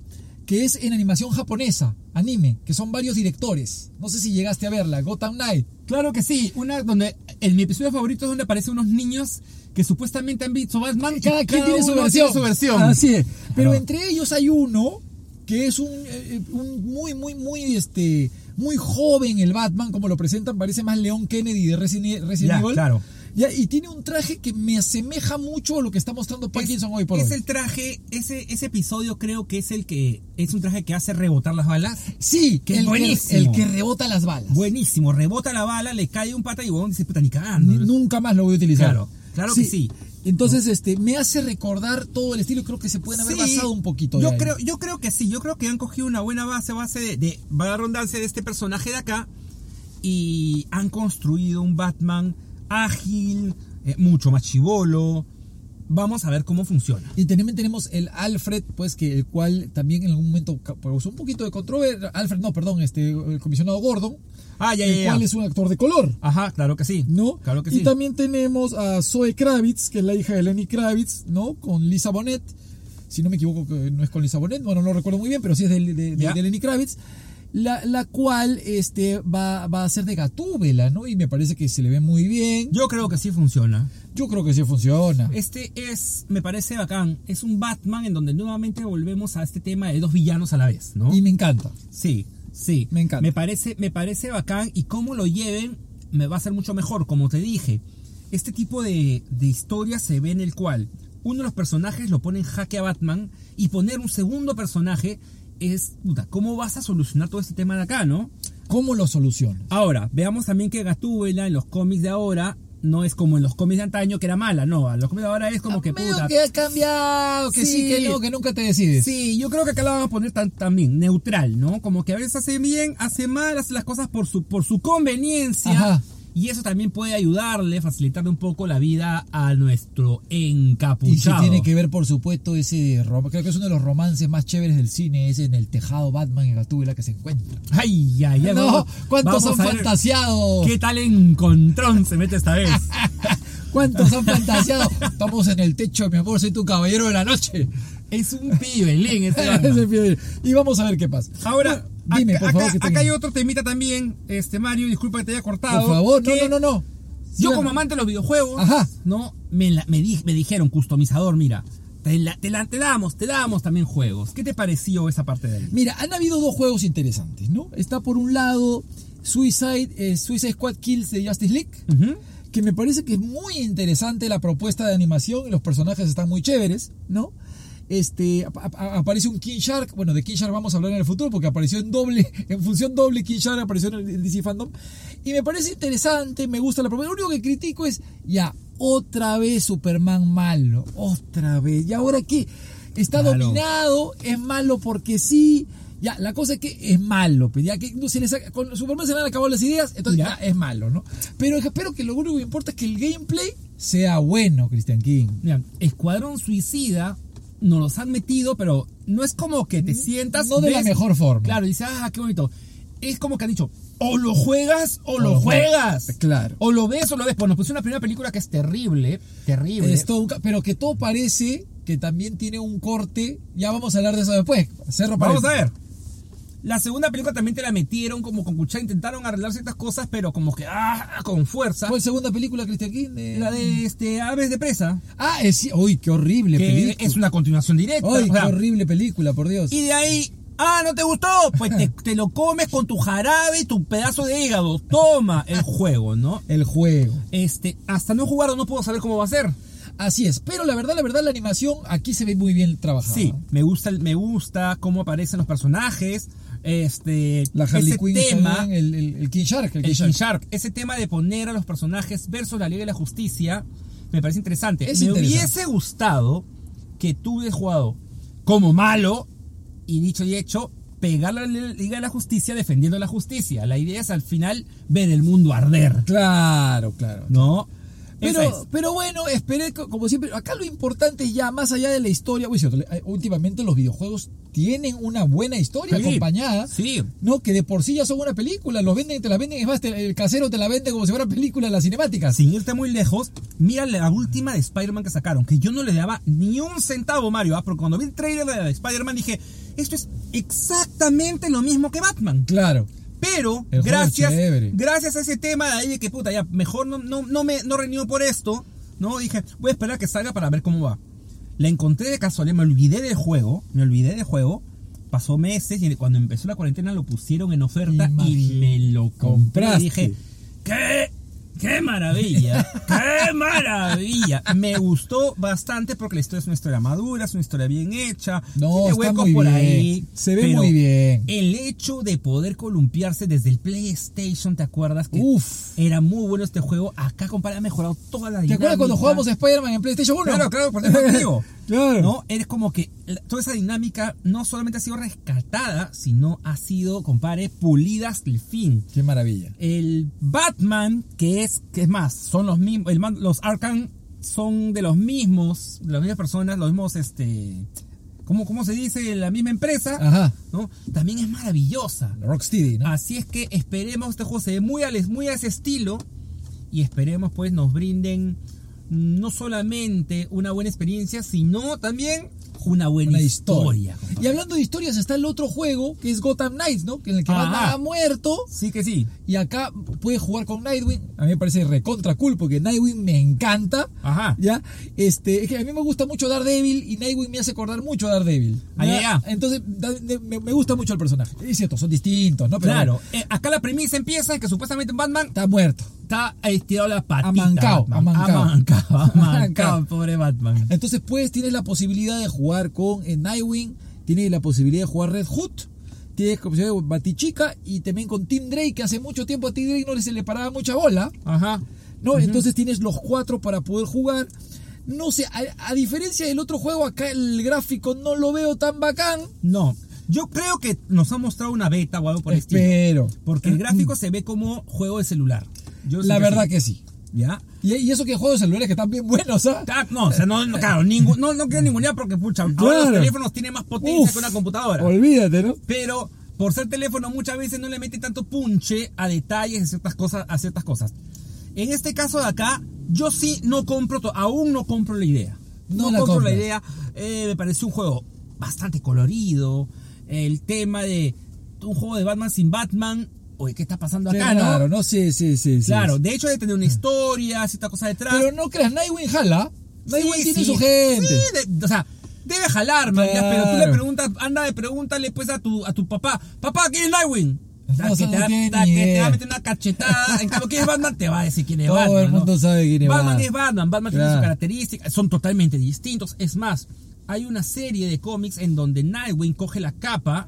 S1: que es en animación japonesa, anime, que son varios directores. No sé si llegaste a verla, Gotham Knight.
S3: Claro que sí, una donde en mi episodio favorito es donde aparecen unos niños que supuestamente han visto Batman. y
S1: Cada quien tiene su
S3: uno
S1: versión.
S3: tiene su versión.
S1: Así es. Pero
S3: Claro.
S1: entre ellos hay uno que es un, eh, un muy, muy, muy, este, muy joven el Batman, como lo presentan, parece más León Kennedy de Resident, E- Resident
S3: Ya,
S1: Evil.
S3: claro.
S1: Ya, y tiene un traje que me asemeja mucho a lo que está mostrando Parkinson hoy por
S3: es
S1: hoy.
S3: el traje, ese, ese episodio creo que es el que es un traje que hace rebotar las balas.
S1: Sí,
S3: que
S1: el,
S3: buenísimo.
S1: el que rebota las balas.
S3: Buenísimo, rebota la bala, le cae un pata y bueno, dice puta ni cagando.
S1: Ni- nunca más lo voy a utilizar.
S3: Claro, claro que sí.
S1: Entonces, este, me hace recordar todo el estilo. Creo que se pueden haber
S3: Sí,
S1: basado un poquito. de
S3: Yo
S1: ahí.
S3: creo, yo creo que sí, yo creo que han cogido una buena base, base de, de va a rondarse de este personaje de acá y han construido un Batman ágil, eh, mucho más chivolo. Vamos a ver cómo funciona.
S1: Y también tenemos el Alfred, pues que el cual también en algún momento ca- causó un poquito de controversia. Alfred, no, perdón, este, el comisionado Gordon,
S3: Ah, ya,
S1: el
S3: ya,
S1: cual
S3: ya.
S1: es un actor de color.
S3: Ajá, claro que sí.
S1: ¿No?
S3: Claro que
S1: y
S3: sí.
S1: también tenemos a Zoe Kravitz, que es la hija de Lenny Kravitz, ¿no? Con Lisa Bonet. Si no me equivoco, que no es con Lisa Bonet. Bueno, no lo recuerdo muy bien, pero sí es de, de- de-
S3: Ya.
S1: de Lenny Kravitz. la, la cual este, va, va a ser de Gatúbela, ¿no? Y me parece que se le ve muy bien.
S3: Yo creo que sí funciona.
S1: Yo creo que sí funciona.
S3: Este es, me parece bacán, es un Batman en donde nuevamente volvemos a este tema de dos villanos a la vez, ¿no?
S1: Y me encanta.
S3: Sí, sí.
S1: Me encanta.
S3: Me parece, me parece bacán y cómo lo lleven me va a ser mucho mejor, como te dije. Este tipo de, de historia se ve en el cual uno de los personajes lo pone en jaque a Batman y poner un segundo personaje es, puta, ¿cómo vas a solucionar todo este tema de acá, no?
S1: ¿Cómo lo soluciona?
S3: Ahora, veamos también que Gatúbela en los cómics de ahora no es como en los cómics de antaño que era mala, no, en los cómics de ahora es como que
S1: Medio
S3: puta.
S1: que has cambiado, que sí.
S3: Sí.
S1: que no, que nunca te decides.
S3: Sí, yo creo que acá la van a poner tan- también neutral, ¿no? Como que a veces hace bien, hace mal, hace las cosas por su, por su conveniencia.
S1: Ajá.
S3: Y eso también puede ayudarle, facilitarle un poco la vida a nuestro
S1: Y sí
S3: encapuchado.
S1: tiene que ver, por supuesto, ese rom- creo que es uno de los romances más chéveres del cine, es en el tejado Batman y Gatúbela que se encuentran.
S3: Ay, ay,
S1: No,
S3: ay. vamos-
S1: ¿cuántos
S3: vamos
S1: han
S3: a ver
S1: fantaseado?
S3: ¿Qué tal encontrón se mete esta vez?
S1: ¿Cuántos han fantaseado? Estamos en el techo, mi amor, soy tu caballero de la noche.
S3: es un pibelín este Batman.
S1: Ese pibe. y vamos a ver qué pasa.
S3: Ahora,
S1: Bueno, dime,
S3: acá,
S1: por favor,
S3: acá-
S1: que tengo-
S3: acá hay otro temita también, este Mario, disculpa que te haya cortado.
S1: Por favor, no,
S3: que
S1: no, no, no.
S3: Yo
S1: Sí,
S3: como
S1: bueno.
S3: amante de los videojuegos,
S1: Ajá.
S3: no, me, la- me, di- me dijeron, customizador, mira, te, la- te la- te damos, te damos también juegos. ¿Qué te pareció esa parte de ahí?
S1: Mira, han habido dos juegos interesantes, ¿no? Está por un lado Suicide, eh, Suicide Squad Kills de Justice League,
S3: Ujú.
S1: que me parece que es muy interesante la propuesta de animación, los personajes están muy chéveres, ¿no? Este, ap- ap- aparece un King Shark, bueno, de King Shark vamos a hablar en el futuro porque apareció en doble, en función doble King Shark apareció en el DC Fandom y me parece interesante, me gusta la propuesta, lo único que critico es, ya, otra vez Superman malo, otra vez, ¿y ahora qué? Está
S3: Malo.
S1: dominado lado, es malo porque sí. Ya, la cosa es que es malo, pues, ya que no se les ha- con Superman se le han acabado las ideas, entonces ya,
S3: Ya.
S1: es malo, ¿no? Pero espero que lo único que importa es que el gameplay sea bueno, Christian King.
S3: Mira, Escuadrón Suicida nos los han metido, pero no es como que te sientas...
S1: no de la mejor forma.
S3: Claro, y dices, ah, qué bonito. Es como que han dicho, o lo juegas o, lo juegas.
S1: Claro.
S3: O lo ves o lo ves. Bueno, pues es una primera película que es terrible, terrible.
S1: Es todo un ca- pero que todo parece que también tiene un corte. Ya vamos a hablar de eso después. Cerro
S3: Vamos a
S1: paréntesis.
S3: ver. La segunda película también te la metieron como con cuchara, intentaron arreglar ciertas cosas, pero como que ah, con fuerza.
S1: ¿Cuál segunda película, Christian King? De-
S3: la de este Aves de presa,
S1: Ah, es, sí. Uy, qué horrible
S3: que
S1: película.
S3: es una continuación directa.
S1: Uy,
S3: o
S1: qué
S3: sea,
S1: horrible película, por Dios.
S3: y de ahí, ah, ¿no te gustó? Pues te, te lo comes con tu jarabe y tu pedazo de hígado. Toma el juego, ¿no?
S1: El juego.
S3: Este, hasta no jugarlo no puedo saber cómo va a ser.
S1: Así es. Pero la verdad, la verdad, la animación aquí se ve muy bien trabajada.
S3: Sí, me gusta, el- me gusta cómo aparecen los personajes. Este,
S1: La Harley
S3: ese
S1: Quinn
S3: tema,
S1: está bien, el, el, el King Shark, el King
S3: El
S1: Shark.
S3: King Eh, Shark. Ese tema de poner a los personajes versus la Liga de la Justicia me parece interesante.
S1: Es
S3: me
S1: interesante.
S3: hubiese gustado que tú hubieses jugado como malo y dicho y hecho, pegarle a la Liga de la Justicia defendiendo la justicia. La idea es al final ver el mundo arder,
S1: Claro, claro.
S3: ¿no? Esa
S1: Pero,
S3: es.
S1: pero bueno, esperé, co- como siempre, acá lo importante es ya, más allá de la historia, uy, cierto, eh, últimamente los videojuegos tienen una buena historia
S3: Sí.
S1: acompañada,
S3: Sí.
S1: ¿no? Que de por sí ya son una película, los venden, te la venden, es más, te- el casero te la vende como si fuera película, la cinemática.
S3: Sin irte muy lejos, mira la última de Spider-Man que sacaron, que yo no le daba ni un centavo, Mario, ¿ah? porque cuando vi el trailer de la de Spider-Man dije, esto es exactamente lo mismo que Batman.
S1: Claro.
S3: Pero
S1: El juego es
S3: gracias,
S1: chévere.
S3: gracias a ese tema de ahí de que puta, ya mejor no, no, no me no reunió por esto, ¿no? Dije, voy a esperar a que salga para ver cómo va. La encontré de casualidad, me olvidé del juego, me olvidé del juego. Pasó meses y cuando empezó la cuarentena lo pusieron en oferta
S1: Imagínate.
S3: y me lo compré.
S1: Compraste.
S3: Y dije, ¿qué? ¡Qué maravilla! ¡Qué maravilla! Me gustó bastante porque la historia es una historia madura, es una historia bien hecha.
S1: No,
S3: tiene
S1: está
S3: huecos
S1: muy
S3: por
S1: bien.
S3: ahí.
S1: Se ve
S3: pero
S1: muy bien.
S3: el hecho de poder columpiarse desde el PlayStation, ¿te acuerdas? Que
S1: Uf.
S3: Era muy bueno este juego. Acá, compadre, ha mejorado toda la
S1: ¿Te
S3: dinámica.
S1: acuerdas cuando jugábamos a Spider-Man en PlayStation 1?
S3: Claro, claro, por eso digo.
S1: Claro.
S3: ¿No? Eres como que la- toda esa dinámica no solamente ha sido rescatada, sino ha sido, compadre, pulida hasta el fin.
S1: Qué maravilla.
S3: El Batman, que es, que es más, son los mismos, el man- los Arkham son de los mismos, de las mismas personas, los mismos, este, ¿cómo, cómo se dice? La misma empresa,
S1: Ajá.
S3: ¿no? También es maravillosa.
S1: Rocksteady, ¿no?
S3: Así es que esperemos este juego se dé muy, al, muy a ese estilo y esperemos pues nos brinden no solamente una buena experiencia, sino también una buena
S1: Una
S3: historia.
S1: historia. Y hablando de historias, está el otro juego que es Gotham Knights, ¿no? Que en el que
S3: Ajá.
S1: Batman ha muerto.
S3: Sí que sí.
S1: Y acá puedes jugar con Nightwing. A mí me parece recontra cool porque Nightwing me encanta.
S3: Ajá.
S1: ¿Ya? Este, es que a mí me gusta mucho Daredevil y Nightwing me hace acordar mucho a Daredevil.
S3: Ah,
S1: ¿ya?
S3: ya, ya.
S1: Entonces, da- de- me, me gusta mucho el personaje. Es cierto, son distintos, ¿no? Pero
S3: Claro,
S1: bueno,
S3: eh, acá la premisa empieza en que supuestamente Batman
S1: está muerto.
S3: está estirado la patita.
S1: Amancao,
S3: Batman.
S1: amancao.
S3: amancao, amancao,
S1: Amancao.
S3: pobre Batman.
S1: Entonces, pues, tienes la posibilidad de jugar con eh, Nightwing, tienes la posibilidad de jugar Red Hood, tienes la posibilidad de Batichica y también con Tim Drake, que hace mucho tiempo a Tim Drake no se le paraba mucha bola.
S3: Ajá.
S1: ¿no? Entonces tienes los cuatro para poder jugar. No sé, a, a diferencia del otro juego, acá el gráfico no lo veo tan bacán.
S3: No, yo creo que nos ha mostrado una beta o algo por el estilo.
S1: Espero. Mm.
S3: Porque el gráfico se ve como juego de celular. Yo
S1: La
S3: sé
S1: verdad
S3: sí.
S1: que sí.
S3: ¿Ya?
S1: Y, y eso que juegos celulares que están bien buenos, ¿ah?
S3: Ah, No, o sea, no, no, claro, ningún, no, no quiero ninguna porque, pucha, ahora los
S1: Claro.
S3: teléfonos tienen más potencia
S1: Uf,
S3: que una computadora.
S1: Olvídate, ¿no?
S3: Pero por ser teléfono muchas veces no le mete tanto punche a detalles, a ciertas cosas, a ciertas cosas. En este caso de acá, yo sí no compro, to- aún no compro la idea.
S1: No
S3: No,
S1: la
S3: compro la
S1: compras.
S3: idea. Eh, me pareció un juego bastante colorido. El tema de un juego de Batman sin Batman. Oye, ¿qué está pasando acá? no?
S1: Claro, no, sí, sí, sí. sí,
S3: Claro,
S1: sí.
S3: de hecho de tener una historia, cierta cosa detrás.
S1: Pero no creas, Nightwing jala. Nightwing
S3: Sí,
S1: tiene
S3: sí.
S1: su gente.
S3: Sí, de- o sea, debe jalar, man, ya,
S1: Claro.
S3: pero tú le preguntas, anda de pregúntale pues a tu, a tu papá, papá, ¿quién es Nightwing? O sea,
S1: No,
S3: que
S1: no
S3: te, va,
S1: tiene
S3: ta-
S1: ni
S3: que te va a
S1: idea.
S3: meter una cachetada. En cambio, ¿quién es Batman? Te va a decir quién es
S1: Todo
S3: Batman.
S1: el mundo
S3: ¿no?
S1: sabe quién es
S3: Batman
S1: Batman.
S3: es Batman. Batman tiene
S1: Claro.
S3: sus características. Son totalmente distintos. Es más, hay una serie de cómics en donde Nightwing coge la capa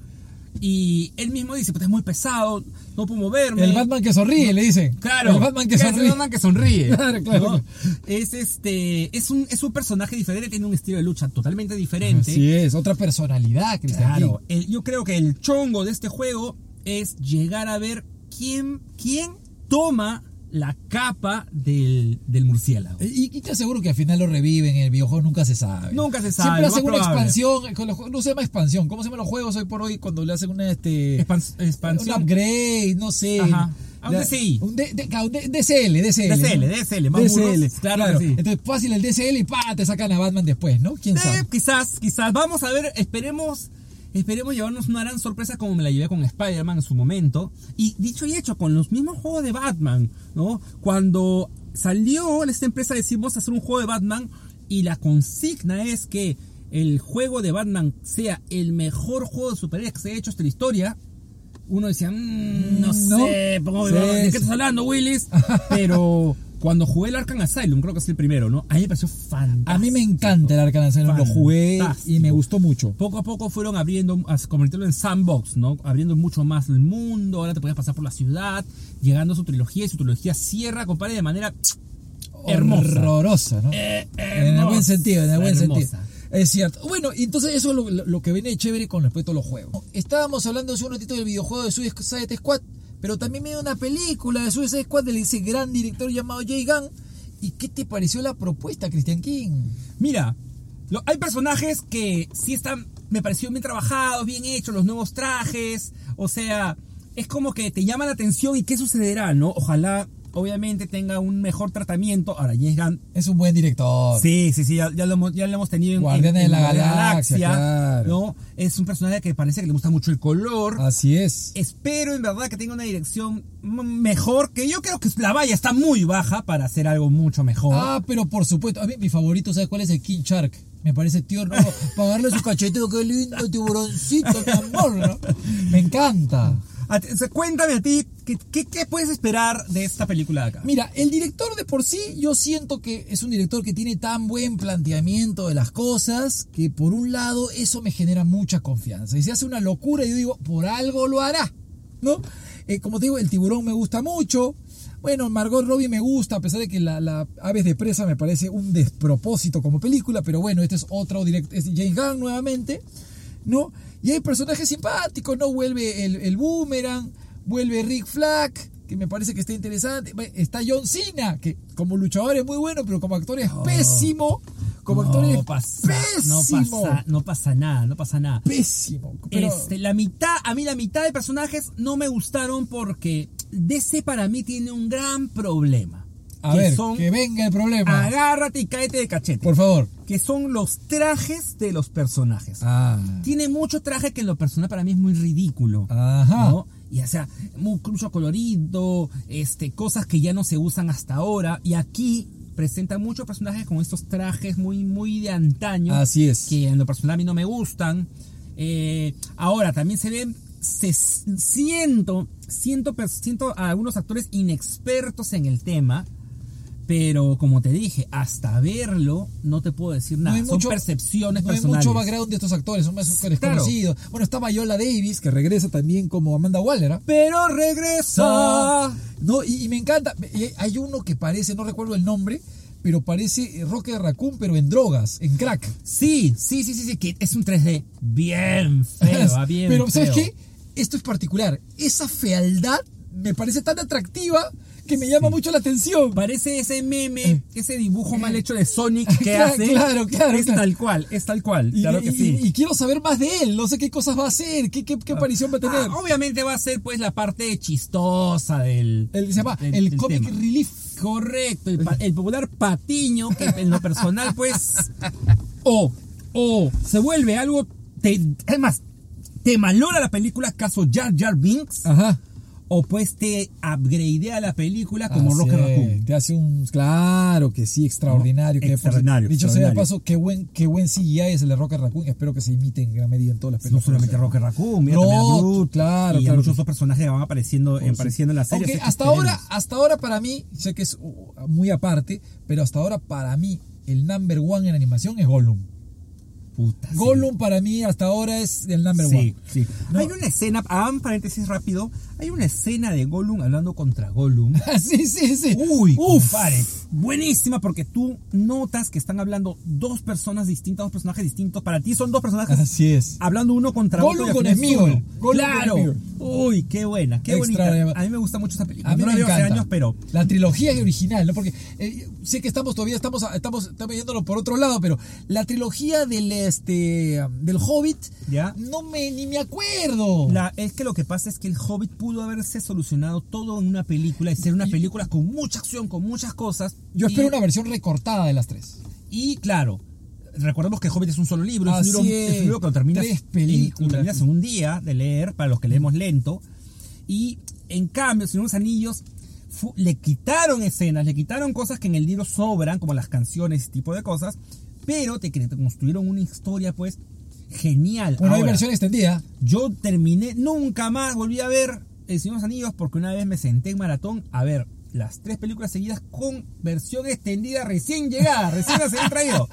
S3: y él mismo dice: Pues es muy pesado, no puedo moverme.
S1: El Batman que sonríe, le dicen.
S3: Claro.
S1: El Batman que
S3: Es el
S1: sonríe.
S3: Batman que sonríe.
S1: Claro, claro.
S3: ¿no? Es este. Es un, es un personaje diferente, tiene un estilo de lucha totalmente diferente.
S1: Así es, otra personalidad, Cristian.
S3: Claro. el- yo creo que el chongo de este juego es llegar a ver quién, quién toma la capa del, del murciélago.
S1: Y, y te aseguro que al final lo reviven, en el videojuego nunca se sabe.
S3: Nunca se sabe,
S1: Siempre
S3: lo más
S1: hacen una
S3: probable.
S1: expansión, eh, con los jue- no se llama expansión, ¿cómo se llaman los juegos hoy por hoy cuando le hacen una este
S3: Expans-
S1: un
S3: expansión.
S1: upgrade, no sé.
S3: Ajá. Ah, un
S1: La-
S3: DCI.
S1: Un D- D- claro, un D- DCL, DCL.
S3: DCL,
S1: ¿no?
S3: DCL, más burros, claro que sí.
S1: Entonces fácil el DCL y pa, te sacan a Batman después, ¿no? ¿Quién
S3: Eh,
S1: sabe?
S3: quizás, quizás. Vamos a ver, esperemos. Esperemos llevarnos una gran sorpresa como me la llevé con Spider-Man en su momento. Y dicho y hecho, con los mismos juegos de Batman, ¿no? Cuando salió esta empresa decimos hacer un juego de Batman y la consigna es que el juego de Batman sea el mejor juego de superhéroes que se ha hecho hasta la historia. Uno decía, "Mm, no,
S1: No.
S3: sé, pongo-
S1: Sí,
S3: ¿de qué
S1: sí.
S3: estás hablando, Willis? Pero cuando jugué el Arkham Asylum, creo que es el primero, ¿no? A mí me pareció fantástico.
S1: A mí me encanta el Arkham Asylum, lo jugué y me
S3: Fantástico.
S1: gustó mucho.
S3: Poco a poco fueron abriendo, as- convirtiéndolo en sandbox, ¿no? Abriendo mucho más el mundo, ahora te podías pasar por la ciudad, llegando a su trilogía, y su trilogía cierra, compadre, de manera... Hermosa.
S1: Horrorosa, ¿no?
S3: eh,
S1: En el buen sentido, en el buen
S3: hermosa.
S1: sentido. Es cierto. Bueno, y entonces eso es lo, lo que viene de chévere con respecto a los juegos. Estábamos hablando hace un ratito del videojuego de Suicide Squad, pero también vi una película de Suicide Squad de ese gran director llamado Jay Gunn. ¿Y qué te pareció la propuesta, Christian King?
S3: Mira, lo- hay personajes que sí están, me pareció bien trabajados, bien hechos, los nuevos trajes, o sea, es como que te llama la atención y qué sucederá, ¿no? Ojalá, obviamente, tenga un mejor tratamiento. Ahora, James Gunn
S1: Es un buen director.
S3: Sí, sí, sí, ya, ya lo, hemos- ya lo hemos tenido en
S1: Guardianes
S3: en-
S1: de la
S3: en
S1: Galaxia, claro. Ah.
S3: ¿no? Es un personaje que parece que le gusta mucho el color.
S1: Así es.
S3: Espero en verdad que tenga una dirección m- mejor, que yo creo que la valla está muy baja para hacer algo mucho mejor.
S1: Ah, pero por supuesto. A mí mi favorito, ¿sabes cuál es? El King Shark. Me parece tierno. Pagarle su cachetito, qué lindo tiburoncito, mi amor. ¿no? Me encanta.
S3: A ti- o sea, cuéntame a ti, ¿qué, qué, qué puedes esperar de esta película de acá?
S1: Mira, el director de por sí, yo siento que es un director que tiene tan buen planteamiento de las cosas que por un lado eso me genera mucha confianza. Y si hace una locura, yo digo, por algo lo hará, ¿no? Eh, como te digo, el tiburón me gusta mucho. Bueno, Margot Robbie me gusta, a pesar de que la, la Aves de Presa me parece un despropósito como película, pero bueno, este es otro director, es James Gunn nuevamente, ¿no? Y hay personajes simpáticos, ¿no? Vuelve el, el Boomerang, vuelve Rick Flack, que me parece que está interesante. Bueno, Está John Cena, que como luchador es muy bueno, pero como actor es pésimo. Como actor es
S3: Oh. no
S1: pésimo.
S3: pasa, no pasa nada, no pasa nada.
S1: Pésimo. Pero,
S3: Este, la mitad, a mí la mitad de personajes no me gustaron porque DC para mí tiene un gran problema.
S1: a
S3: Que
S1: ver,
S3: son-
S1: que venga el problema.
S3: agárrate y cáete de cachete.
S1: Por favor.
S3: que son los trajes de los personajes.
S1: Ah.
S3: Tiene mucho traje que en lo personal para mí es muy ridículo.
S1: Ajá.
S3: ¿no? Y o sea, mu- mucho colorido, este, cosas que ya no se usan hasta ahora. Y aquí presenta muchos personajes con estos trajes muy, muy de antaño.
S1: Así es.
S3: Que en lo personal a mí no me gustan. Eh, ahora, también se ven, se siento, siento, per- siento a algunos actores inexpertos en el tema. Pero como te dije, hasta verlo no te puedo decir nada.
S1: hay
S3: Son percepciones
S1: no hay
S3: personales.
S1: mucho background de estos actores, son más actores
S3: Claro.
S1: conocidos. Bueno, está Viola Davis, que regresa también como Amanda Waller. ¿ah?
S3: Pero regresa.
S1: No, y, y me encanta. Y Hay uno que parece, no recuerdo el nombre, pero parece eh, Roque Raccoon, pero en drogas, en crack.
S3: Sí, sí, sí, sí, sí, que es un 3D bien feo, ah, bien
S1: pero, ¿sabes
S3: feo.
S1: qué? Esto es particular. Esa fealdad me parece tan atractiva que me llama mucho la atención.
S3: Parece ese meme, ese dibujo mal hecho de Sonic
S1: Eh.
S3: que
S1: Claro,
S3: hace.
S1: claro, claro,
S3: Es
S1: claro.
S3: tal cual, es tal cual,
S1: Y,
S3: claro que
S1: y-
S3: sí.
S1: y- y quiero saber más de él. No sé qué cosas va a hacer, qué, qué- qué aparición va a tener.
S3: Ah, obviamente va a ser pues la parte chistosa del...
S1: El- se llama
S3: del-
S1: el
S3: del
S1: comic
S3: tema.
S1: relief.
S3: Correcto, el, pa- el popular patiño que en lo personal pues o o se vuelve algo te, es más te malora la película caso Jar Jar Binks
S1: Ajá.
S3: o pues te upgradea la película como Rocker
S1: Así es,
S3: Raccoon.
S1: Ah, Te hace un. Claro que sí, extraordinario.
S3: No,
S1: que por-
S3: extraordinario,
S1: Dicho sea de
S3: extraordinario.
S1: paso, qué buen, qué buen CGI es el de Rocket Raccoon. Espero que se imite en gran medida en todas las
S3: Pues, No
S1: películas.
S3: solamente Rocker Raccoon, mira,
S1: No,
S3: también a Groot,
S1: claro,
S3: y a
S1: claro.
S3: muchos otros personajes que van apareciendo, apareciendo en la serie.
S1: Aunque
S3: así que
S1: hasta
S3: esperemos.
S1: ahora, hasta ahora para mí, sé que es uh, muy aparte, pero hasta ahora para mí el number one en animación es Gollum.
S3: Puta, sí.
S1: Gollum para mí hasta ahora es el number
S3: Sí,
S1: one.
S3: sí.
S1: No.
S3: Hay una escena, hagan paréntesis rápido, hay una escena de Gollum hablando contra Gollum.
S1: Ah, sí, sí, sí.
S3: Uy,
S1: Uf.
S3: compadre, buenísima porque tú notas que están hablando dos personas distintas, dos personajes distintos. Para ti son dos personajes
S1: Así es.
S3: hablando uno contra
S1: Gollum
S3: otro. y al
S1: con
S3: final es
S1: Smeagol.
S3: uno.
S1: Gollum con
S3: claro.
S1: Smeagol.
S3: Uy, qué buena, qué bonita.
S1: Extraordinaria.
S3: A mí me gusta mucho esta película.
S1: A mí
S3: no
S1: me
S3: la veo hace
S1: encanta.
S3: años, pero
S1: La trilogía es original, ¿no? Porque eh, sé que estamos todavía, estamos, estamos, estamos yéndolo por otro lado, pero la trilogía del, este, del Hobbit,
S3: Ya.
S1: no me, ni me acuerdo.
S3: la- es que lo que pasa es que el Hobbit pudo haberse solucionado todo en una película y ser una película con mucha acción, con muchas cosas.
S1: Yo
S3: Y-
S1: espero una versión recortada de las tres.
S3: Y claro, recordemos que Hobbit es un solo libro, es un,
S1: Así
S3: libro,
S1: es.
S3: es un libro que lo terminas,
S1: Tres
S3: en-
S1: películas.
S3: lo terminas en un día de leer, para los que leemos lento. Y en cambio, Señor de los Anillos fu- le quitaron escenas, le quitaron cosas que en el libro sobran, como las canciones, ese tipo de cosas, pero te, cre- te construyeron una historia, pues, genial.
S1: Bueno, hay
S3: Ahora,
S1: versión extendida.
S3: yo terminé, nunca más volví a ver El Señor de los Anillos porque una vez me senté en maratón a ver las tres películas seguidas con versión extendida recién llegada, recién las habían traído.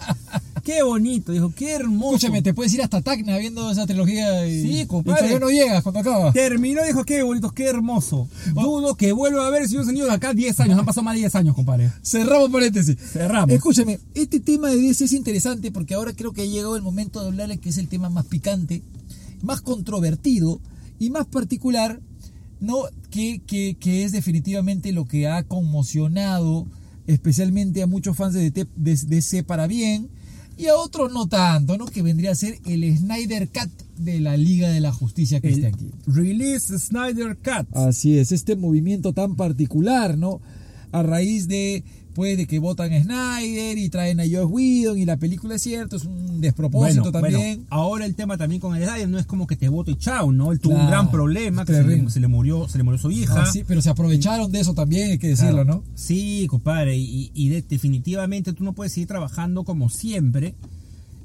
S3: Qué bonito, dijo, qué hermoso.
S1: Escúchame, te puedes ir hasta Tacna viendo esa trilogía y,
S3: Sí,
S1: y
S3: compadre.
S1: todavía no llegas cuando acaba.
S3: Terminó, dijo, qué bonito, qué hermoso. Dudo que vuelva a ver El Señor de los Anillos de acá 10 años, han pasado más de 10 años, compadre.
S1: Cerramos paréntesis.
S3: Cerramos.
S1: Escúchame, este tema de DC es interesante porque ahora creo que ha llegado el momento de hablarle que es el tema más picante, más controvertido y más particular, ¿no? Que, que, que es definitivamente lo que ha conmocionado especialmente a muchos fans de, DT de- de DC para bien y a otros no tanto, ¿no? Que vendría a ser el Snyder Cat de la Liga de la Justicia
S3: El
S1: Cristian King.
S3: Release Snyder Cut.
S1: Así es, este movimiento tan particular, ¿no? A raíz de, pues, de que votan a Snyder y traen a Josh Whedon y la película es cierto, es un despropósito también.
S3: bueno, ahora el tema también con el Snyder no es como que te voto y chao, ¿no? Él tuvo un
S1: Claro,
S3: gran problema, que se
S1: terrible.
S3: le, se le murió, se le murió su hija.
S1: Ah, sí, pero se aprovecharon de eso también, hay que decirlo,
S3: Claro.
S1: ¿no?
S3: Sí, compadre, y, y de- definitivamente tú no puedes seguir trabajando como siempre,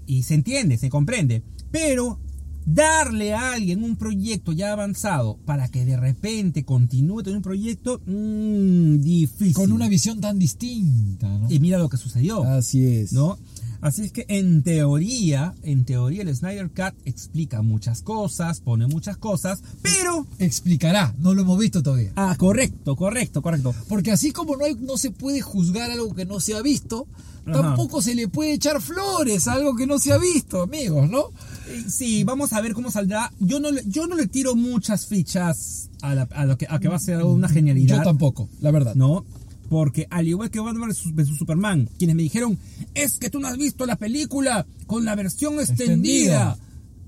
S3: y se entiende, se comprende, pero darle a alguien un proyecto ya avanzado para que de repente continúe con un proyecto, mm, difícil.
S1: Con una visión tan distinta, ¿no?
S3: Y mira lo que sucedió.
S1: Así es.
S3: ¿no? Así es que en teoría, en teoría el Snyder Cut explica muchas cosas, pone muchas cosas, pero...
S1: Explicará, no lo hemos visto todavía.
S3: Ah, correcto, correcto, correcto.
S1: Porque así como no, hay- no se puede juzgar algo que no se ha visto,
S3: Ajá.
S1: tampoco se le puede echar flores a algo que no se ha visto, amigos, ¿no?
S3: Eh, Sí, vamos a ver cómo saldrá. Yo no le, yo no le tiro muchas fichas a, la- a lo que, a que va a ser una genialidad.
S1: Yo tampoco, la verdad.
S3: No, porque al igual que Batman vs vs Superman, quienes me dijeron, es que tú no has visto la película con la versión extendida.
S1: Extendida.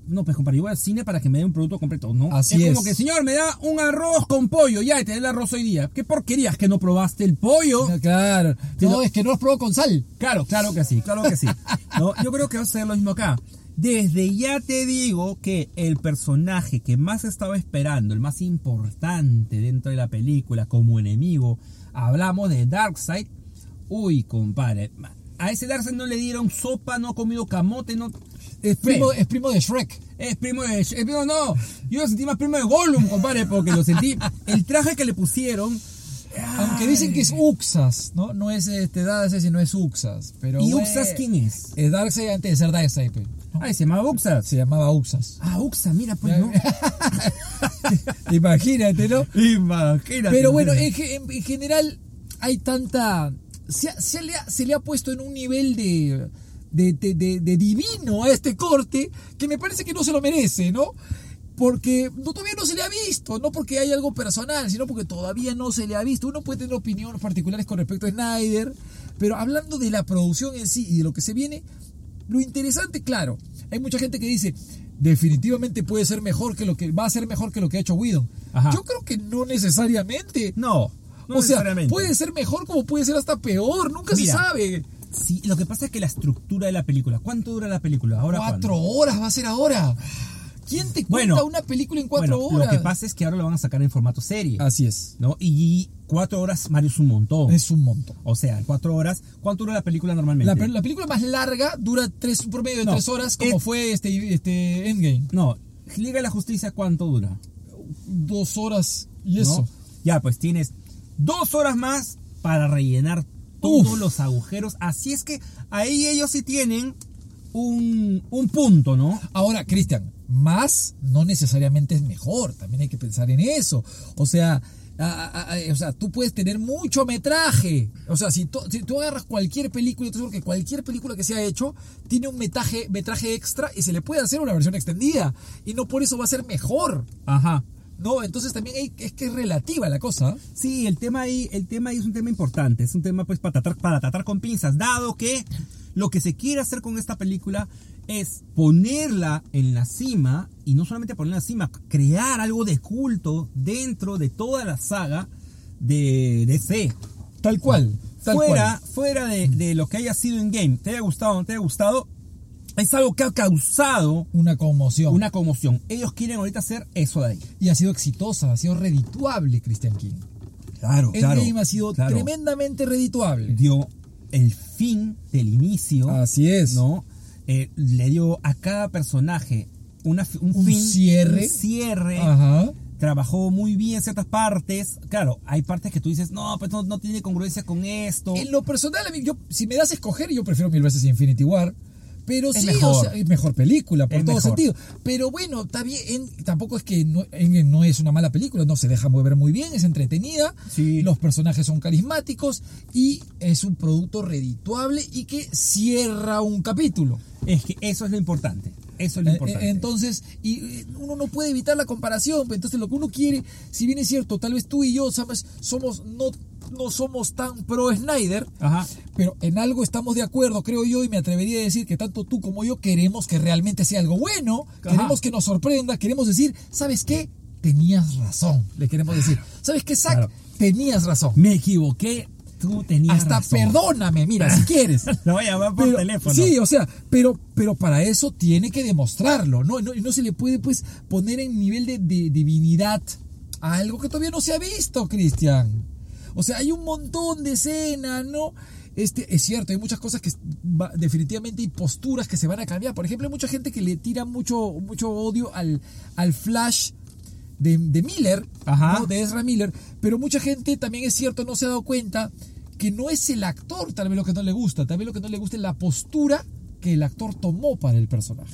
S3: No, pues compadre, yo voy al cine para que me dé un producto completo, ¿no?
S1: Así
S3: es. como
S1: es.
S3: que, señor, me da un arroz con pollo, ya, y te da el arroz hoy día. ¿Qué porquerías que no probaste el pollo?
S1: Claro.
S3: Si
S1: No,
S3: no-
S1: es que no los probó con sal.
S3: Claro, claro que sí, claro que sí. No, yo creo que va a ser lo mismo acá. Desde ya te digo que el personaje que más estaba esperando, el más importante dentro de la película como enemigo, hablamos de Darkseid. Uy, compadre, a ese Darkseid no le dieron sopa, no ha comido camote, no...
S1: Es primo,
S3: Feo.
S1: es primo de Shrek.
S3: Es primo de... Es primo, no, yo lo sentí más primo de Gollum, compadre, porque lo sentí... El traje que le pusieron...
S1: Aunque dicen que es Uxas, ¿no? No es este Darkseid, sino es Uxas. Pero
S3: ¿Y
S1: bueno,
S3: Uxas quién es?
S1: Es Darkseid antes de ser Darkseid. pe, ¿no?
S3: Ay, se llama Uxas.
S1: Se llamaba Uxas.
S3: Ah, Uxas, mira, pues no.
S1: Imagínate, ¿no?
S3: Imagínate.
S1: Pero bueno, en, ge- en- en general hay tanta... Se, ha- se le ha, se le ha puesto en un nivel de, de, de- de- de divino a este corte que me parece que no se lo merece, ¿no? Porque no- todavía no se le ha visto, no porque hay algo personal, sino porque todavía no se le ha visto. Uno puede tener opiniones particulares con respecto a Snyder, pero hablando de la producción en sí y de lo que se viene, lo interesante, claro, hay mucha gente que dice, definitivamente puede ser mejor que lo que va a ser mejor que lo que ha hecho Whedon.
S3: Ajá.
S1: Yo creo que no necesariamente.
S3: No, no
S1: o sea,
S3: necesariamente.
S1: puede ser mejor como puede ser hasta peor, nunca
S3: Mira,
S1: se sabe.
S3: Sí, lo que pasa es que la estructura de la película. ¿Cuánto dura la película? Ahora
S1: Cuatro
S3: Juan.
S1: horas va a ser ahora. ¿Quién te cuenta
S3: Bueno,
S1: una película en cuatro
S3: Bueno,
S1: horas?
S3: Lo que pasa es que ahora lo van a sacar en formato serie.
S1: Así es.
S3: ¿no? Y cuatro horas, Mario, es un montón.
S1: Es un montón.
S3: O sea, cuatro horas. ¿Cuánto dura la película normalmente?
S1: La, pe- la película más larga dura tres, un promedio de
S3: No,
S1: tres horas, como
S3: es-
S1: fue este, este Endgame.
S3: No, Liga de la Justicia, ¿cuánto dura?
S1: Dos horas y
S3: ¿No?
S1: eso.
S3: Ya, pues tienes dos horas más para rellenar todos
S1: Uf.
S3: los agujeros. Así es que ahí ellos sí tienen un, un punto, ¿no?
S1: Ahora, Cristian, más no necesariamente es mejor, también hay que pensar en eso. O sea, a- a- a- o sea tú puedes tener mucho metraje. O sea, si, to- si tú agarras cualquier película, yo te seguro que cualquier película que se ha hecho tiene un metraje, metraje extra y se le puede hacer una versión extendida. Y no por eso va a ser mejor.
S3: Ajá.
S1: No, entonces también hay- es que es relativa la cosa.
S3: Sí, el tema ahí, el tema ahí es un tema importante, es un tema pues para tratar, para tratar con pinzas, dado que lo que se quiere hacer con esta película es ponerla en la cima y no solamente ponerla en la cima, crear algo de culto dentro de toda la saga de DC.
S1: Tal cual. Tal
S3: fuera,
S1: cual.
S3: fuera de, de lo que haya sido en game, te haya gustado o no te haya gustado, es algo que ha causado
S1: Una conmoción.
S3: una conmoción. Ellos quieren ahorita hacer eso de ahí.
S1: Y ha sido exitosa, ha sido redituable, Christian King.
S3: Claro,
S1: Endgame ha sido tremendamente redituable.
S3: dio el fin del inicio,
S1: Así es.
S3: ¿no? Eh, le dio a cada personaje una fi- un,
S1: Un
S3: fin,
S1: cierre.
S3: un cierre.
S1: Ajá.
S3: Trabajó muy bien ciertas partes. Claro, hay partes que tú dices, no, pues no, no tiene congruencia con esto.
S1: En lo personal, a mí, yo, si me das a escoger, yo prefiero mil veces Infinity War. Pero
S3: Es
S1: sí,
S3: mejor.
S1: o sea, es mejor película, por
S3: Es
S1: todo
S3: mejor.
S1: sentido. Pero bueno, está bien, en- tampoco es que no, en- no es una mala película, no se deja mover muy bien, es entretenida,
S3: Sí.
S1: los personajes son carismáticos y es un producto redituable y que cierra un capítulo.
S3: Es que eso es lo importante. Eso es lo
S1: Eh,
S3: importante.
S1: eh, Entonces, y eh, uno no puede evitar la comparación, pero entonces lo que uno quiere, si bien es cierto, tal vez tú y yo, sabes, somos no, no somos tan pro Snyder,
S3: Ajá.
S1: pero en algo estamos de acuerdo, creo yo, y me atrevería a decir que tanto tú como yo queremos que realmente sea algo bueno,
S3: Ajá.
S1: queremos que nos sorprenda, queremos decir, ¿sabes qué? Tenías razón, le queremos decir. ¿Sabes qué, Zach?
S3: Claro.
S1: Tenías razón.
S3: Me equivoqué. Tú tenías
S1: Hasta
S3: razón.
S1: perdóname, mira, si quieres.
S3: Lo voy a llamar por
S1: Pero-
S3: teléfono.
S1: Sí, o sea, pero, pero para eso tiene que demostrarlo, ¿no? No, no se le puede pues poner en nivel de, de divinidad a algo que todavía no se ha visto, Cristian. O sea, hay un montón de escenas, ¿no? Este, es cierto, hay muchas cosas que va- definitivamente y posturas que se van a cambiar. Por ejemplo, hay mucha gente que le tira mucho, mucho odio al, al flash de, de Miller,
S3: Ajá.
S1: ¿no? de Ezra Miller, pero mucha gente también es cierto, no se ha dado cuenta que no es el actor tal vez lo que no le gusta, tal vez lo que no le gusta es la postura que el actor tomó para el personaje.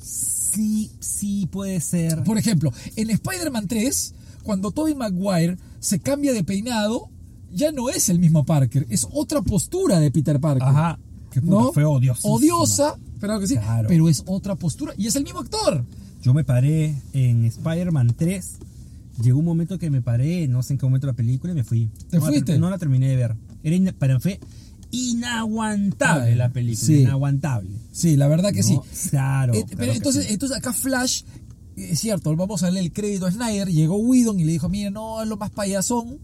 S3: Sí, sí puede ser.
S1: Por ejemplo, en Spider-Man 3, cuando Tobey Maguire se cambia de peinado, ya no es el mismo Parker, es otra postura de Peter Parker.
S3: Ajá. Que puta, fue odiosísima.
S1: Odiosa, pero, que sí,
S3: Claro.
S1: pero es otra postura y es el mismo actor.
S3: Yo me paré en Spider-Man 3. Llegó un momento que me paré, no sé en qué momento de la película, y me fui.
S1: ¿Te
S3: no la ter-
S1: fuiste?
S3: no la terminé de ver. Era ina- para- fue inaguantable la película,
S1: Ah, Sí.
S3: inaguantable.
S1: Sí, la verdad que sí.
S3: ¿no? Claro.
S1: Eh,
S3: claro
S1: pero
S3: que
S1: entonces,
S3: sí.
S1: entonces acá Flash, eh, es cierto, vamos a darle el crédito a Snyder, llegó Whedon y le dijo, mire, no, es lo más payasón.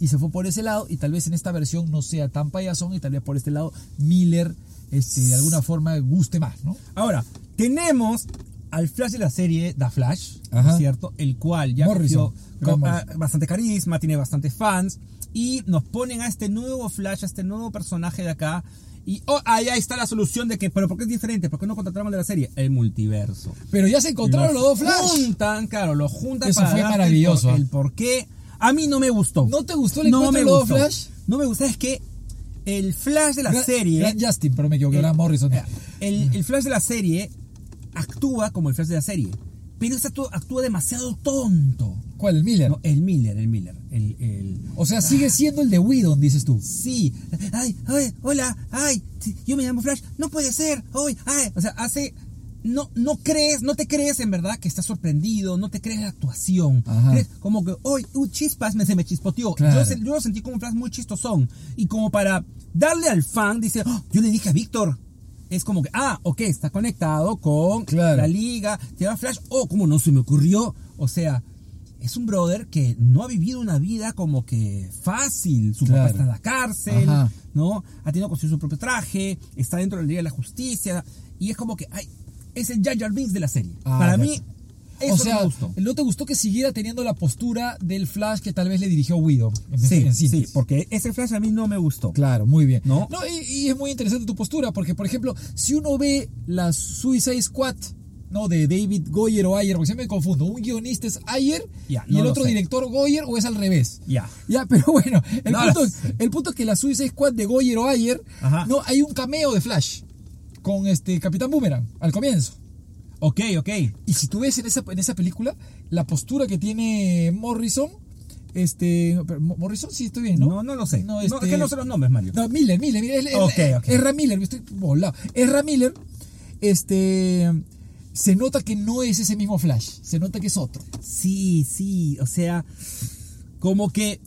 S1: Y se fue por ese lado, y tal vez en esta versión no sea tan payasón, y tal vez por este lado Miller este, de alguna forma guste más, ¿no?
S3: Ahora, tenemos al Flash de la serie Da Flash, ¿no
S1: Ajá.
S3: es cierto? El cual ya
S1: Morrison,
S3: cogió
S1: Grant
S3: co- ah,
S1: Morrison.
S3: bastante carisma, tiene bastantes fans. Y nos ponen a este nuevo Flash, a este nuevo personaje de acá. Y oh, ahí ahí está la solución de que, pero ¿por qué es diferente? ¿Por qué no contratamos al de la serie? El multiverso.
S1: Pero ya se encontraron los dos Flash.
S3: juntan, claro, los juntan
S1: Eso
S3: para
S1: fue
S3: darte el
S1: maravilloso,
S3: por-
S1: ¿eh?
S3: El, por qué. A mí no me gustó.
S1: ¿No te gustó el encuentro de los dos Flash?
S3: No me gustó, es que el Flash de la
S1: Gran-
S3: serie.
S1: Gran Justin, pero me equivoqué, Gran Morrison.
S3: Eh, El, el Flash de la serie actúa como el Flash de la serie, pero este actúa, actúa demasiado tonto.
S1: ¿Cuál? El Miller.
S3: No, el Miller, el Miller. El, el-
S1: O sea, sigue siendo el de Whedon, dices tú.
S3: Sí, ay, ay, hola, ay, sí, yo me llamo Flash, no puede ser, ay, ay. O sea, hace. No, no crees, no te crees en verdad que estás sorprendido, no te crees la actuación.
S1: Ajá.
S3: Crees como que, hoy, uy, chispas, me, se me chispoteó.
S1: Claro.
S3: Yo, se- yo lo sentí como un Flash muy chistosón. Y como para darle al fan, dice, "Oh, yo le dije a Víctor. Es como que, ah, ok, está conectado con
S1: Claro.
S3: la liga, te va Flash, oh, como no se me ocurrió. O sea, es un brother que no ha vivido una vida como que fácil. Su
S1: Claro.
S3: papá está en la cárcel,
S1: Ajá.
S3: ¿no? Ha tenido que construir su propio traje, está dentro de la Liga de la Justicia. Y es como que, ay, es el Jar Jar Binks de la serie.
S1: Ah,
S3: para
S1: ya.
S3: mí, eso
S1: o sea,
S3: me gustó.
S1: ¿no te gustó que siguiera teniendo la postura del Flash que tal vez le dirigió Whedon? En- este,
S3: Sí,
S1: en
S3: sí,
S1: síntesis.
S3: porque ese flash a mí no me gustó.
S1: Claro, muy bien.
S3: ¿No?
S1: y, y es muy interesante tu postura, porque por ejemplo, si uno ve la Suicide Squad, ¿no? De David Goyer o Ayer, porque siempre me confundo, un guionista es Ayer
S3: Ya,
S1: y
S3: no
S1: el
S3: lo
S1: otro
S3: sé.
S1: director Goyer o es al revés.
S3: Ya.
S1: Ya, pero bueno, el,
S3: No lo
S1: punto,
S3: sé.
S1: el punto es que la Suicide Squad de Goyer o Ayer,
S3: Ajá.
S1: no, hay un cameo de Flash con este Capitán Boomerang al comienzo.
S3: Ok, ok.
S1: Y si tú ves en esa, en esa película, la postura que tiene Morrison, este. pero Mo- Morrison, sí, estoy bien, ¿no?
S3: No, no, lo sé. No,
S1: este-
S3: es que no sé los nombres, Mario.
S1: no, Miller, Miller, Miller. Es,
S3: Ok,
S1: es-
S3: ok.
S1: Ezra Miller, estoy volado. Ezra Miller, este. Se nota que no es ese mismo Flash, se nota que es otro.
S3: Sí, sí, o sea, como que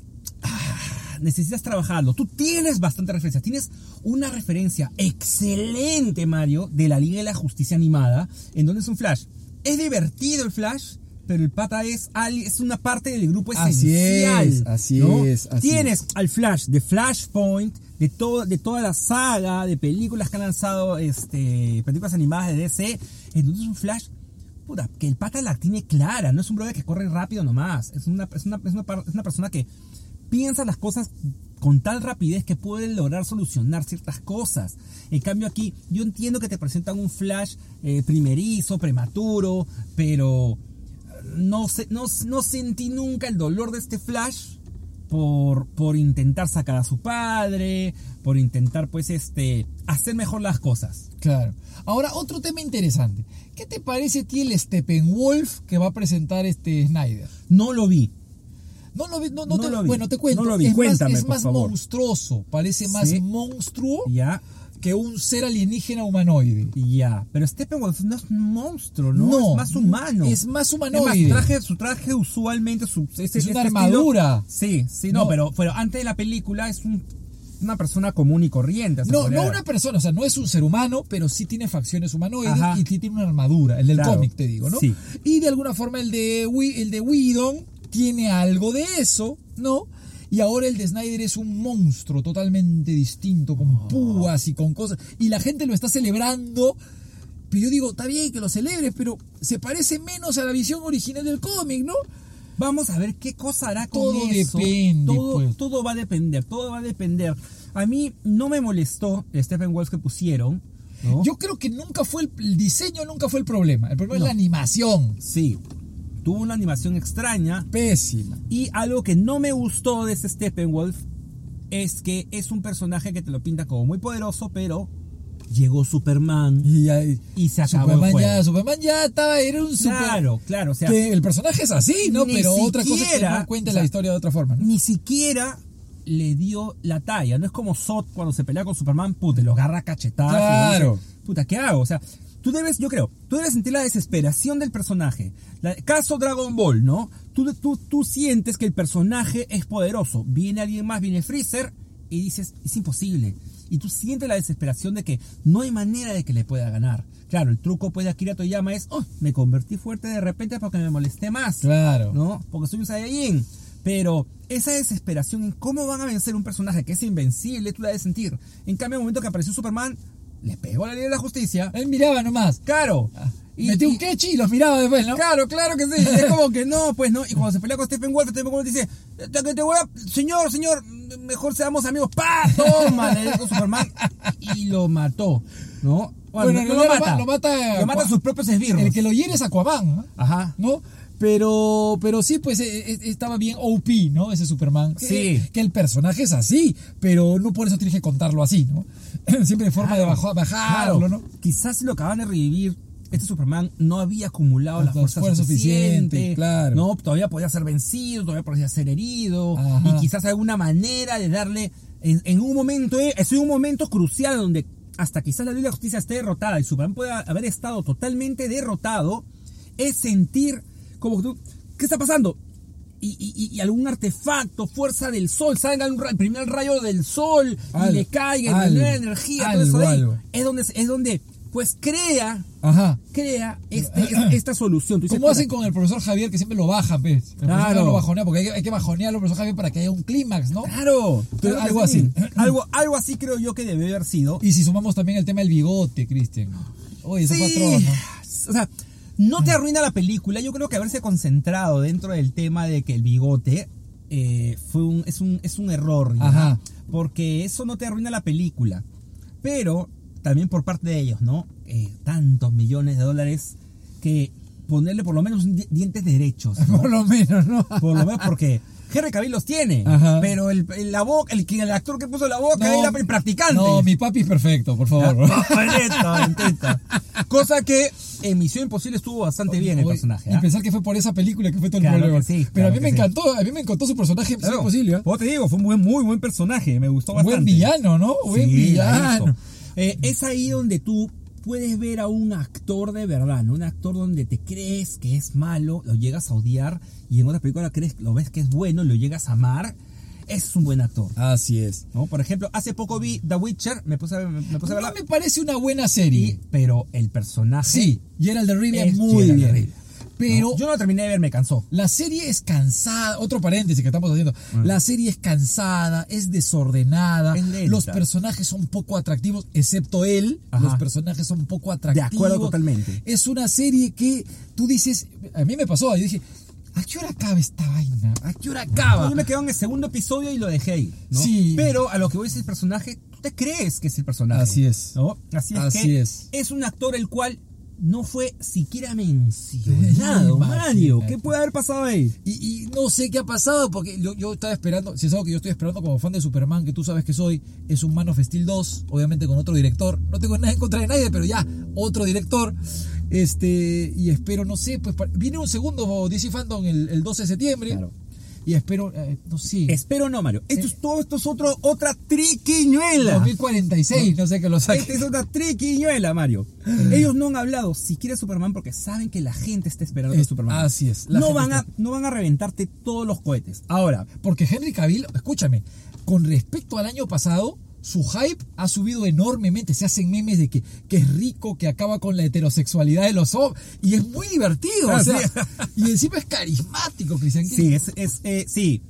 S3: ah, necesitas trabajarlo. Tú tienes bastante referencia, tienes una referencia excelente, Mario, de la Liga de la Justicia animada, en donde es un Flash. Es divertido el Flash. Pero el pata es, al- es una parte del grupo
S1: Así
S3: esencial.
S1: es, así
S3: ¿no?
S1: es, así
S3: Tienes al Flash de Flashpoint, de, todo, de toda la saga de películas que han lanzado, este, películas animadas de DC. Entonces es un Flash, puta, que el pata la tiene clara. No es un brother que corre rápido nomás. Es una, es una, es una par- es una persona que piensa las cosas con tal rapidez que puede lograr solucionar ciertas cosas. En cambio aquí, yo entiendo que te presentan un Flash eh, primerizo, prematuro, pero no, sé- no, no sentí nunca el dolor de este Flash por, por intentar sacar a su padre, por intentar pues este hacer mejor las cosas.
S1: Claro. Ahora, otro tema interesante. ¿Qué te parece a ti el Steppenwolf que va a presentar este Snyder?
S3: No lo vi.
S1: No lo vi, no, no
S3: No
S1: te,
S3: lo vi.
S1: Bueno, te cuento.
S3: No lo vi,
S1: Es
S3: cuéntame,
S1: más, es
S3: por
S1: más
S3: favor.
S1: monstruoso, parece más
S3: Sí.
S1: monstruo
S3: Ya,
S1: que un ser alienígena humanoide.
S3: ya. Pero Steppenwolf no es un monstruo, ¿no?
S1: No,
S3: es más humano.
S1: es más humanoide.
S3: Es más, su traje, su traje usualmente su, este-
S1: Es una
S3: este estilo-
S1: armadura.
S3: Sí, sí, no,
S1: No.
S3: Pero, pero antes de la película es un- una persona común y corriente. se
S1: No,
S3: podría
S1: no
S3: ver.
S1: una persona, o sea, no es un ser humano, pero sí tiene facciones humanoides
S3: Ajá.
S1: y sí tiene una armadura, el del
S3: Claro,
S1: cómic, te digo, ¿no?
S3: sí.
S1: Y de alguna forma el de, Whe- el de Whedon tiene algo de eso, ¿no? Y ahora el de Snyder es un monstruo totalmente distinto, con
S3: Ah.
S1: púas y con cosas. Y la gente lo está celebrando. Pero yo digo, está bien que lo celebres, pero se parece menos a la visión original del cómic, ¿no?
S3: Vamos a ver qué cosa hará con
S1: Todo
S3: eso.
S1: depende,
S3: todo,
S1: pues.
S3: todo va a depender, todo va a depender. A mí no me molestó el Steppenwolf que pusieron, ¿no?
S1: Yo creo que nunca fue el, el diseño, nunca fue el problema. El problema es la animación.
S3: sí, tuvo una animación extraña
S1: Pésima.
S3: y algo que no me gustó de este Steppenwolf es que es un personaje que te lo pinta como muy poderoso, pero llegó Superman
S1: Y ahí-
S3: y se acabó
S1: Superman
S3: el Ah, juego.
S1: ya, Superman ya estaba, era un super...
S3: Claro, claro, o sea,
S1: que el personaje es así, ¿no?
S3: ni
S1: Pero otra cosa es que
S3: siquiera-
S1: no cuente
S3: o sea,
S1: la historia de otra forma, ¿no?
S3: ni siquiera le dio la talla. No es como Zod cuando se pelea con Superman, puta, lo agarra a cachetadas.
S1: Claro.
S3: y le dice, Puta, ¿qué hago? O sea, tú debes, yo creo, tú debes sentir la desesperación del personaje. La- caso Dragon Ball, ¿no? Tú, tú, tú sientes que el personaje es poderoso. Viene alguien más, viene Freezer y dices, es imposible. y tú sientes la desesperación de que no hay manera de que le pueda ganar. Claro, el truco puede Akira Toyama es, oh, me convertí fuerte de repente porque me molesté más.
S1: Claro.
S3: ¿No? Porque soy un Saiyajin. Pero esa desesperación en cómo van a vencer un personaje que es invencible, tú la debes sentir. En cambio, el momento que apareció Superman, le pegó la ley de la justicia.
S1: Él miraba nomás.
S3: Claro.
S1: Y, Ah, Metió un quechi y los miraba después, ¿no?
S3: Claro, claro que sí. Es como que no, pues no. Y cuando se pelea con Stephen Wolf, Stephen Wolf dice, "Te- que te voy a- señor, señor, mejor seamos amigos. ¡Pa! Toma, le dijo Superman. Y lo mató, ¿no?
S1: Bueno,
S3: no
S1: en realidad lo ma- lo mata-
S3: Lo mata a sus propios esbirros.
S1: El que lo hiere es Aquaman, ¿no?
S3: Ajá.
S1: ¿no? Pero, pero sí, pues e- e- estaba bien OP, ¿no? Ese Superman. Que- eh,
S3: Sí.
S1: Que, el personaje es así, pero no por eso tienes que contarlo así, ¿no? Siempre en forma de bajo- bajarlo,
S3: Claro,
S1: ¿no?
S3: Quizás si lo acaban de revivir, este Superman no había acumulado la
S1: Las
S3: fuerza,
S1: fuerzas
S3: suficiente.
S1: suficientes, claro.
S3: No, todavía podía ser vencido, todavía podía ser herido.
S1: Ajá.
S3: Y quizás alguna manera de darle. En, en un momento, eh, es un momento crucial donde hasta quizás la Ley de la Justicia esté derrotada y Superman pueda haber estado totalmente derrotado, es sentir como que tú. ¿Qué está pasando? Y, y- y algún artefacto, fuerza del sol, salga un ra- el primer rayo del sol
S1: Algo,
S3: y le caiga, y le
S1: algo,
S3: genera energía, todo
S1: algo,
S3: eso de ahí
S1: algo.
S3: es donde, es donde pues crea,
S1: Ajá.
S3: crea este, es- esta solución. Tú dices,
S1: Como Ah, hacen
S3: puta,
S1: con el profesor Javier, que siempre lo bajan, ¿ves? El profesor
S3: Claro.
S1: Javier lo bajonea, porque hay, que- hay que bajonear al profesor Javier para que haya un clímax, ¿no?
S3: Claro,
S1: Pero
S3: claro que
S1: algo
S3: sí.
S1: así.
S3: Algo, algo así creo yo que debe haber sido.
S1: Y si sumamos también el tema del bigote, Cristian. Oye, eso fue Mm. atroz, ¿no?
S3: O sea, no te arruina la película. Yo creo que haberse concentrado dentro del tema de que el bigote eh, fue un, es, un, es un error. ¿ya?
S1: Ajá.
S3: Porque eso no te arruina la película. Pero también por parte de ellos, ¿no? Eh, tantos millones de dólares que ponerle por lo menos un di- dientes derechos. ¿no?
S1: Por lo menos, ¿no?
S3: Por lo menos porque Henry Cavill los tiene.
S1: Ajá.
S3: Pero el, el- la boca, el, que- el actor que puso la boca
S1: No,
S3: era el practicante.
S1: No, mi papi es perfecto, por
S3: Ah,
S1: favor.
S3: Papeleta, intenta. Cosa que en Misión Imposible estuvo bastante bien el
S1: Oye,
S3: personaje.
S1: Y
S3: ¿ah?
S1: pensar que fue por esa película que fue todo el
S3: Claro que
S1: problema.
S3: sí,
S1: Pero
S3: claro
S1: a mí
S3: que
S1: me
S3: sí.
S1: encantó, a mí me encantó su personaje, si es
S3: Claro,
S1: posible. ¿eh?
S3: Como te digo, fue un buen, muy buen personaje. Me gustó bastante.
S1: Buen villano, ¿no? Buen
S3: Sí, la
S1: villano.
S3: hizo. Eh, es ahí donde tú puedes ver a un actor de verdad, ¿no? Un actor donde te crees que es malo, lo llegas a odiar y en otra película crees, lo ves que es bueno, lo llegas a amar. Es un buen actor.
S1: Así es.
S3: ¿no? Por ejemplo, hace poco vi The Witcher, me puse a, ver- me puse a
S1: No
S3: verla,
S1: me parece una buena
S3: y-
S1: serie.
S3: pero el personaje...
S1: Sí, Gerald de Rivia
S3: Es
S1: muy
S3: Geralt de
S1: bien.
S3: Rivia.
S1: Pero
S3: No, yo no la terminé de ver, me cansó.
S1: la serie es cansada. Otro paréntesis que estamos haciendo. La serie es cansada, es desordenada.
S3: Ah. Es lenta.
S1: los personajes son poco atractivos, excepto él.
S3: Ajá.
S1: Los personajes son poco atractivos.
S3: totalmente.
S1: Es una serie que tú dices. A mí me pasó, yo dije. ¿A qué hora acaba esta vaina? ¿A qué hora acaba?
S3: Yo me quedo en el segundo episodio y lo dejé ahí, ¿no?
S1: Sí.
S3: Pero a lo que voy es el personaje, tú te crees que es el personaje.
S1: Así es.
S3: ¿no? Así es
S1: Así
S3: que
S1: es.
S3: un actor el cual no fue siquiera mencionado. Mario,
S1: Imagínate.
S3: ¿qué puede haber pasado ahí?
S1: Y, y no sé qué ha pasado, porque yo, yo estaba esperando, si es algo que yo estoy esperando como fan de Superman, que tú sabes que soy, es un Man of Steel 2, obviamente con otro director. No tengo nada en contra de nadie, pero ya, otro director. Este, y espero, no sé, pues pa- viene un segundo DC Fandom el, el 12 de septiembre.
S3: Claro.
S1: Y espero, eh, no sé,
S3: Espero no, Mario. Esto
S1: Eh.
S3: es todo, esto es otro, otra triquiñuela.
S1: 2046, no sé que lo
S3: Esta
S1: saque.
S3: es otra triquiñuela, Mario.
S1: Eh.
S3: Ellos no han hablado siquiera de Superman porque saben que la gente está esperando
S1: Es-
S3: a Superman.
S1: Eh, así es, la
S3: No
S1: gente
S3: van, a,
S1: está-
S3: no van a reventarte todos los cohetes. Ahora,
S1: Porque Henry Cavill, escúchame, con respecto al año pasado, su hype ha subido enormemente. Se hacen memes de que, que es rico, que acaba con la heterosexualidad de los hombres. Y es muy divertido. o
S3: Ah,
S1: sea,
S3: sí.
S1: y encima es carismático, Cristian.
S3: sí, es, es, eh, sí.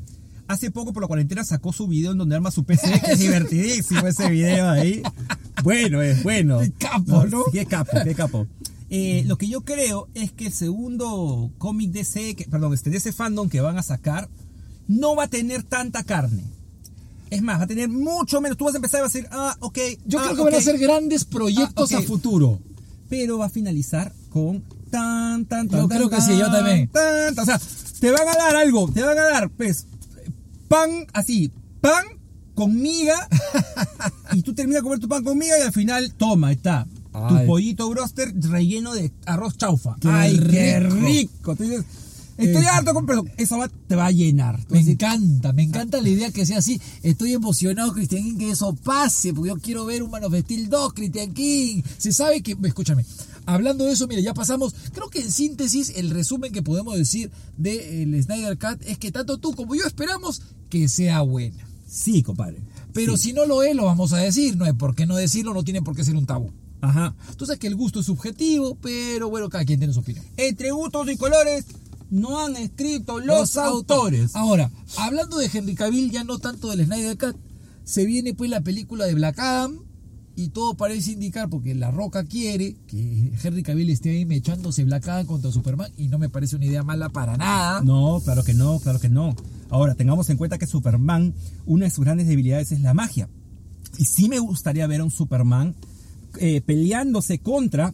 S3: Hace poco por la cuarentena sacó su video en donde arma su PC, que es divertidísimo ese video ahí. Bueno, es bueno.
S1: Qué capo, ¿no?
S3: Sí, Qué capo, qué capo. Eh, lo que yo creo es que el segundo cómic DC, que, perdón, este DC fandom que van a sacar, no va a tener tanta carne. Es más, va a tener mucho menos. Tú vas a empezar y vas a decir, ah, ok.
S1: Yo
S3: ah,
S1: creo que van a
S3: ok.
S1: ser grandes proyectos
S3: Ah, ok.
S1: a futuro.
S3: pero va a finalizar con tan tan tan.
S1: Yo
S3: tan,
S1: creo que
S3: tan,
S1: sí, yo también.
S3: tan, tan. o sea, te van a dar algo, te van a dar pues pan así, pan con miga y tú terminas de comer tu pan con miga y al final toma, ahí está.
S1: Ay.
S3: Tu pollito broster relleno de arroz chaufa.
S1: Qué
S3: ¡Ay, qué
S1: rico.
S3: rico! Tú dices, estoy
S1: Eh.
S3: harto con pero eso va- te va a llenar. Tú
S1: Me
S3: vas a decir,
S1: encanta, me encanta la idea que sea así. Estoy emocionado, Cristian King, que eso pase, porque yo quiero ver un Man of Steel 2, Cristian King. Se sabe que, escúchame, hablando de eso, mire, ya pasamos. Creo que en síntesis, el resumen que podemos decir del Snyder Cut es que tanto tú como yo esperamos que sea buena.
S3: Sí, compadre.
S1: Pero si no lo es, lo vamos a decir. No hay por qué no decirlo, no tiene por qué ser un tabú.
S3: Ajá.
S1: Tú sabes que el gusto es subjetivo, pero bueno, cada quien tiene su opinión.
S3: Entre gustos y colores no han escrito los, autores.
S1: Ahora, hablando de Henry Cavill, ya no tanto del Snyder Cut, se viene pues la película de Black Adam y todo parece indicar, porque La Roca quiere que Henry Cavill esté ahí mechándose Black Adam contra Superman y no me parece una idea mala para nada.
S3: No, claro que no, claro que no. Ahora, tengamos en cuenta que Superman, una de sus grandes debilidades es la magia. Y sí me gustaría ver a un Superman eh, peleándose contra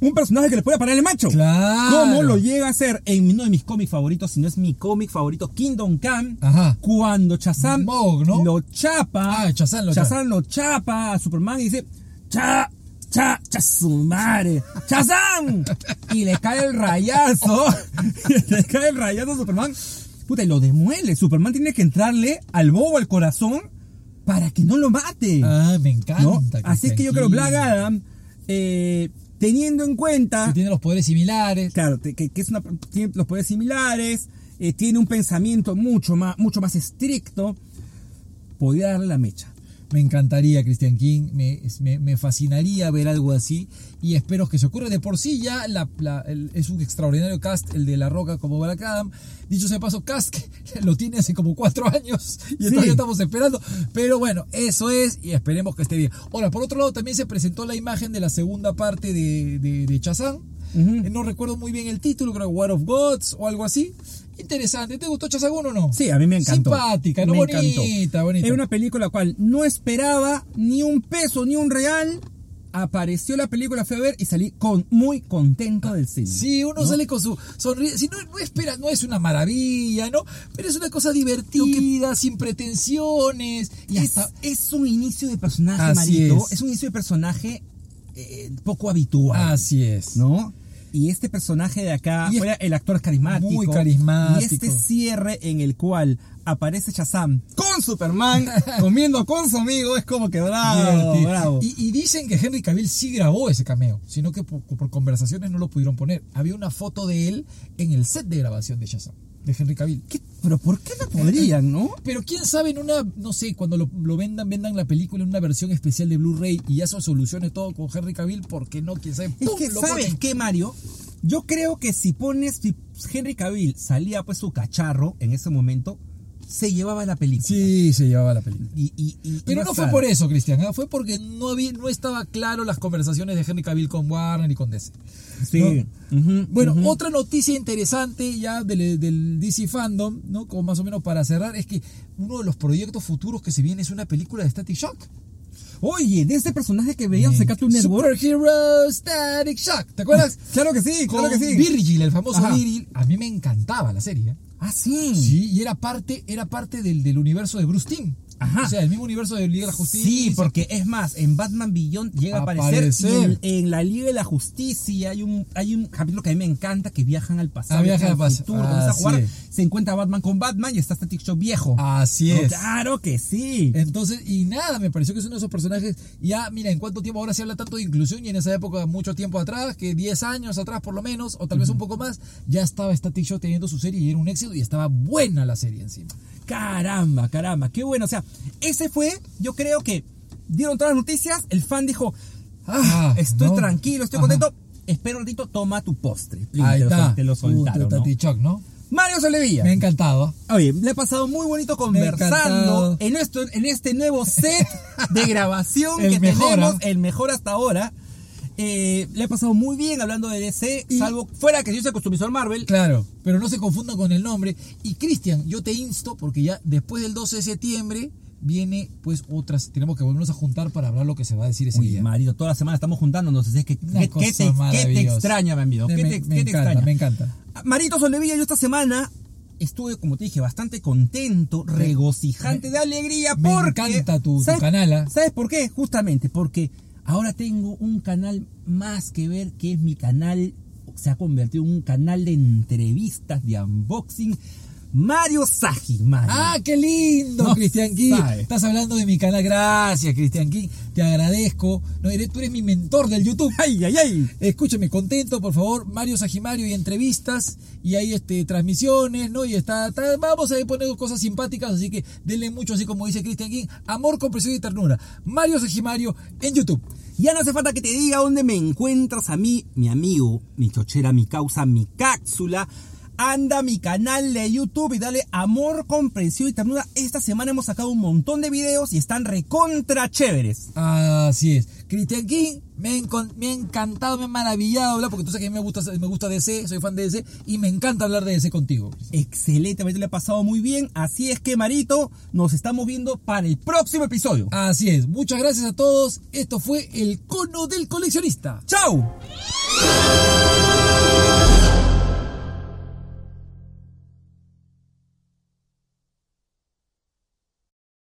S3: un personaje que le pueda parar el macho.
S1: Claro.
S3: Como lo llega a ser en uno de mis cómics favoritos, si no es mi cómic favorito, Kingdom Come,
S1: Ajá.
S3: cuando Shazam
S1: Ah. Mog, ¿no?
S3: lo chapa.
S1: Ah, Shazam lo
S3: Shazam lo chapa a Superman y dice, cha, cha, cha su madre, Shazam. y le cae el rayazo, y le cae el rayazo a Superman. Puta, y lo demuele. Superman tiene que entrarle al bobo, al corazón, para que no lo mate.
S1: Ah, me encanta.
S3: ¿no?
S1: que
S3: Así es
S1: esté
S3: que yo
S1: aquí.
S3: creo Black Adam, eh, teniendo en cuenta,
S1: Que tiene los poderes similares.
S3: claro, te- que, que es una, tiene los poderes similares, eh, tiene un pensamiento mucho más, mucho más estricto, podría darle la mecha.
S1: Me encantaría, Christian King. Me, es- me- me fascinaría ver algo así. Y espero que se ocurra. De por sí ya la- la- el- es un extraordinario cast, el de La Roca como Black Adam. Dicho sea de paso, cast que lo tiene hace como cuatro años y
S3: Sí.
S1: todavía estamos esperando. Pero bueno, eso es y esperemos que esté bien. Ahora, por otro lado, también se presentó la imagen de la segunda parte de, de, de Shazam. Eh, No recuerdo muy bien el título, creo que War of Gods o algo así. Interesante. ¿Te gustó Shazam 1 o no?
S3: Sí, a mí me encantó.
S1: Simpática, ¿no?
S3: Me
S1: bonita,
S3: encantó.
S1: bonita.
S3: Es una película cual no esperaba ni un peso ni un real. Apareció la película, fui a ver y salí con, muy contento del cine.
S1: Sí, uno
S3: ¿no?
S1: sale con su sonrisa. Si no, no espera, no es una maravilla, ¿no? Pero es una cosa divertida,
S3: divertida,
S1: sin pretensiones. Y
S3: es,
S1: hasta.
S3: es un inicio de personaje,
S1: Así
S3: Marito.
S1: es.
S3: Es. un inicio de personaje eh, poco habitual,
S1: Así es.
S3: ¿no? Y este personaje de acá,
S1: Y es
S3: fuera el actor es carismático.
S1: muy carismático.
S3: Y este cierre en el cual aparece Shazam con Superman, comiendo con su amigo, es como que bravo,
S1: Divertido.
S3: bravo.
S1: Y, y dicen que Henry Cavill sí grabó ese cameo, sino que por, por conversaciones no lo pudieron poner. Había una foto de él en el set de grabación de Shazam, de Henry Cavill.
S3: ¿Qué? ¿Pero por qué no podrían, no?
S1: Pero quién sabe, en una, no sé, cuando lo, lo vendan, vendan la película en una versión especial de Blu-ray y ya se solucione todo con Henry Cavill, porque no? ¿Quién sabe?
S3: Es
S1: ¡Pum!
S3: que,
S1: Lo
S3: ¿sabes
S1: ponen.
S3: qué, Mario? Yo creo que si pones, si Henry Cavill salía pues su cacharro en ese momento, se llevaba la película.
S1: Sí, se llevaba la película.
S3: Y- y- y-
S1: Pero
S3: y
S1: no
S3: más
S1: fue
S3: tarde.
S1: por eso, Cristian, ¿ah? fue porque no, había, no estaba claro las conversaciones de Henry Cavill con Warner y con DC.
S3: Sí.
S1: ¿no?
S3: Ujú,
S1: Bueno,
S3: ujú.
S1: otra noticia interesante ya del, del DC Fandom, ¿no? Como más o menos para cerrar, es que uno de los proyectos futuros que se viene es una película de Static Shock. Eh,
S3: Oye, de ese personaje que veíamos en Cartoon Network.
S1: Superhero Static Shock, ¿te acuerdas?
S3: Claro que sí, claro
S1: Con
S3: que sí.
S1: Virgil, el famoso
S3: Ajá.
S1: Virgil. A mí me encantaba la serie. ¿eh?
S3: Ah, sí.
S1: Sí, y era parte, era parte del, del universo de Bruce Timm.
S3: Ajá.
S1: O sea, el mismo universo de Liga de la Justicia.
S3: Sí, porque es más, en Batman Beyond llega a aparecer,
S1: Aparecer.
S3: y en, en la Liga de la Justicia hay un, hay un capítulo que a mí me encanta que viajan al pasado,
S1: Ah, viajan al pas-
S3: futuro, comienza a
S1: así
S3: jugar,
S1: es.
S3: se encuentra Batman con Batman y está Static Shock viejo.
S1: Así
S3: No,
S1: es. Eh.
S3: Claro que sí.
S1: Entonces, y nada, me pareció que es uno de esos personajes. Ya, mira, en cuánto tiempo ahora se habla tanto de inclusión y en esa época, mucho tiempo atrás, que 10 años atrás por lo menos, o tal vez un poco más, ya estaba Static Shock teniendo su serie y era un éxito y estaba buena la serie encima.
S3: Caramba, caramba, qué bueno. O sea, ese fue, yo creo que dieron todas las noticias, el fan dijo, ah,
S1: Ah,
S3: estoy
S1: no.
S3: tranquilo, estoy
S1: Ajá.
S3: contento. Espera un ratito, toma tu postre. Y
S1: Ahí
S3: te, lo,
S1: está.
S3: sol- te lo soltaron.
S1: Puta,
S3: ¿no?
S1: Static Shock, ¿no?
S3: Mario Solevilla.
S1: Me ha encantado.
S3: Oye, le he pasado muy bonito
S1: encantado.
S3: conversando en, esto, en este nuevo set de grabación
S1: El
S3: que
S1: mejor,
S3: tenemos,
S1: ¿ah?
S3: el mejor hasta ahora. Eh, le he pasado muy bien hablando de DC,
S1: Y-
S3: salvo fuera que yo sea consumidor Marvel.
S1: Claro, pero no se confundan con el nombre. Y Cristian, yo te insto, porque ya después del 12 de septiembre viene pues otras, tenemos que volvernos a juntar para hablar lo que se va a decir ese
S3: Uy,
S1: día.
S3: Mario, toda la semana estamos juntándonos. así es que-
S1: Una
S3: ¿qué, qué
S1: cosa
S3: te, qué te
S1: maravillosa.
S3: extraña, mi amigo?
S1: Me,
S3: ¿Qué te,
S1: me
S3: qué te
S1: encanta,
S3: extraña?
S1: me encanta.
S3: Marito Soldevilla, yo esta semana estuve, como te dije, bastante contento, regocijante de alegría
S1: me
S3: porque...
S1: encanta tu- tu canal, ¿ah?
S3: ¿Sabes por qué? Justamente porque ahora tengo un canal más que ver que es mi canal, se ha convertido en un canal de entrevistas, de unboxing. Mario Saji, man.
S1: ¡Ah, qué lindo,
S3: No
S1: Cristian King!
S3: sabe.
S1: Estás hablando de mi canal. Gracias, Cristian King. Te agradezco. No, eres, tú eres mi mentor del YouTube.
S3: ¡Ay, ay, ay!
S1: Escúchame, contento, por favor. Mario Sagimario y entrevistas. Y hay este, transmisiones, ¿no? Y está, está- Vamos a poner cosas simpáticas. Así que denle mucho, así como dice Cristian King. Amor, compresión y ternura. Mario Sagimario en YouTube.
S3: Ya no hace falta que te diga dónde me encuentras a mí, mi amigo, mi chochera, mi causa, mi cápsula. Anda a mi canal de YouTube y dale amor, comprensión y ternura. Esta semana hemos sacado un montón de videos y están recontra chéveres.
S1: Así es. Christian King, me, ha encon- me ha encantado, me ha maravillado hablar, porque tú sabes que a mí me gusta, me gusta DC, soy fan de DC, y me encanta hablar de DC contigo.
S3: Excelente, ahorita le he pasado muy bien. Así es que, Marito, nos estamos viendo para el próximo episodio.
S1: Así es. Muchas gracias a todos. Esto fue el cono del coleccionista.
S3: ¡Chao!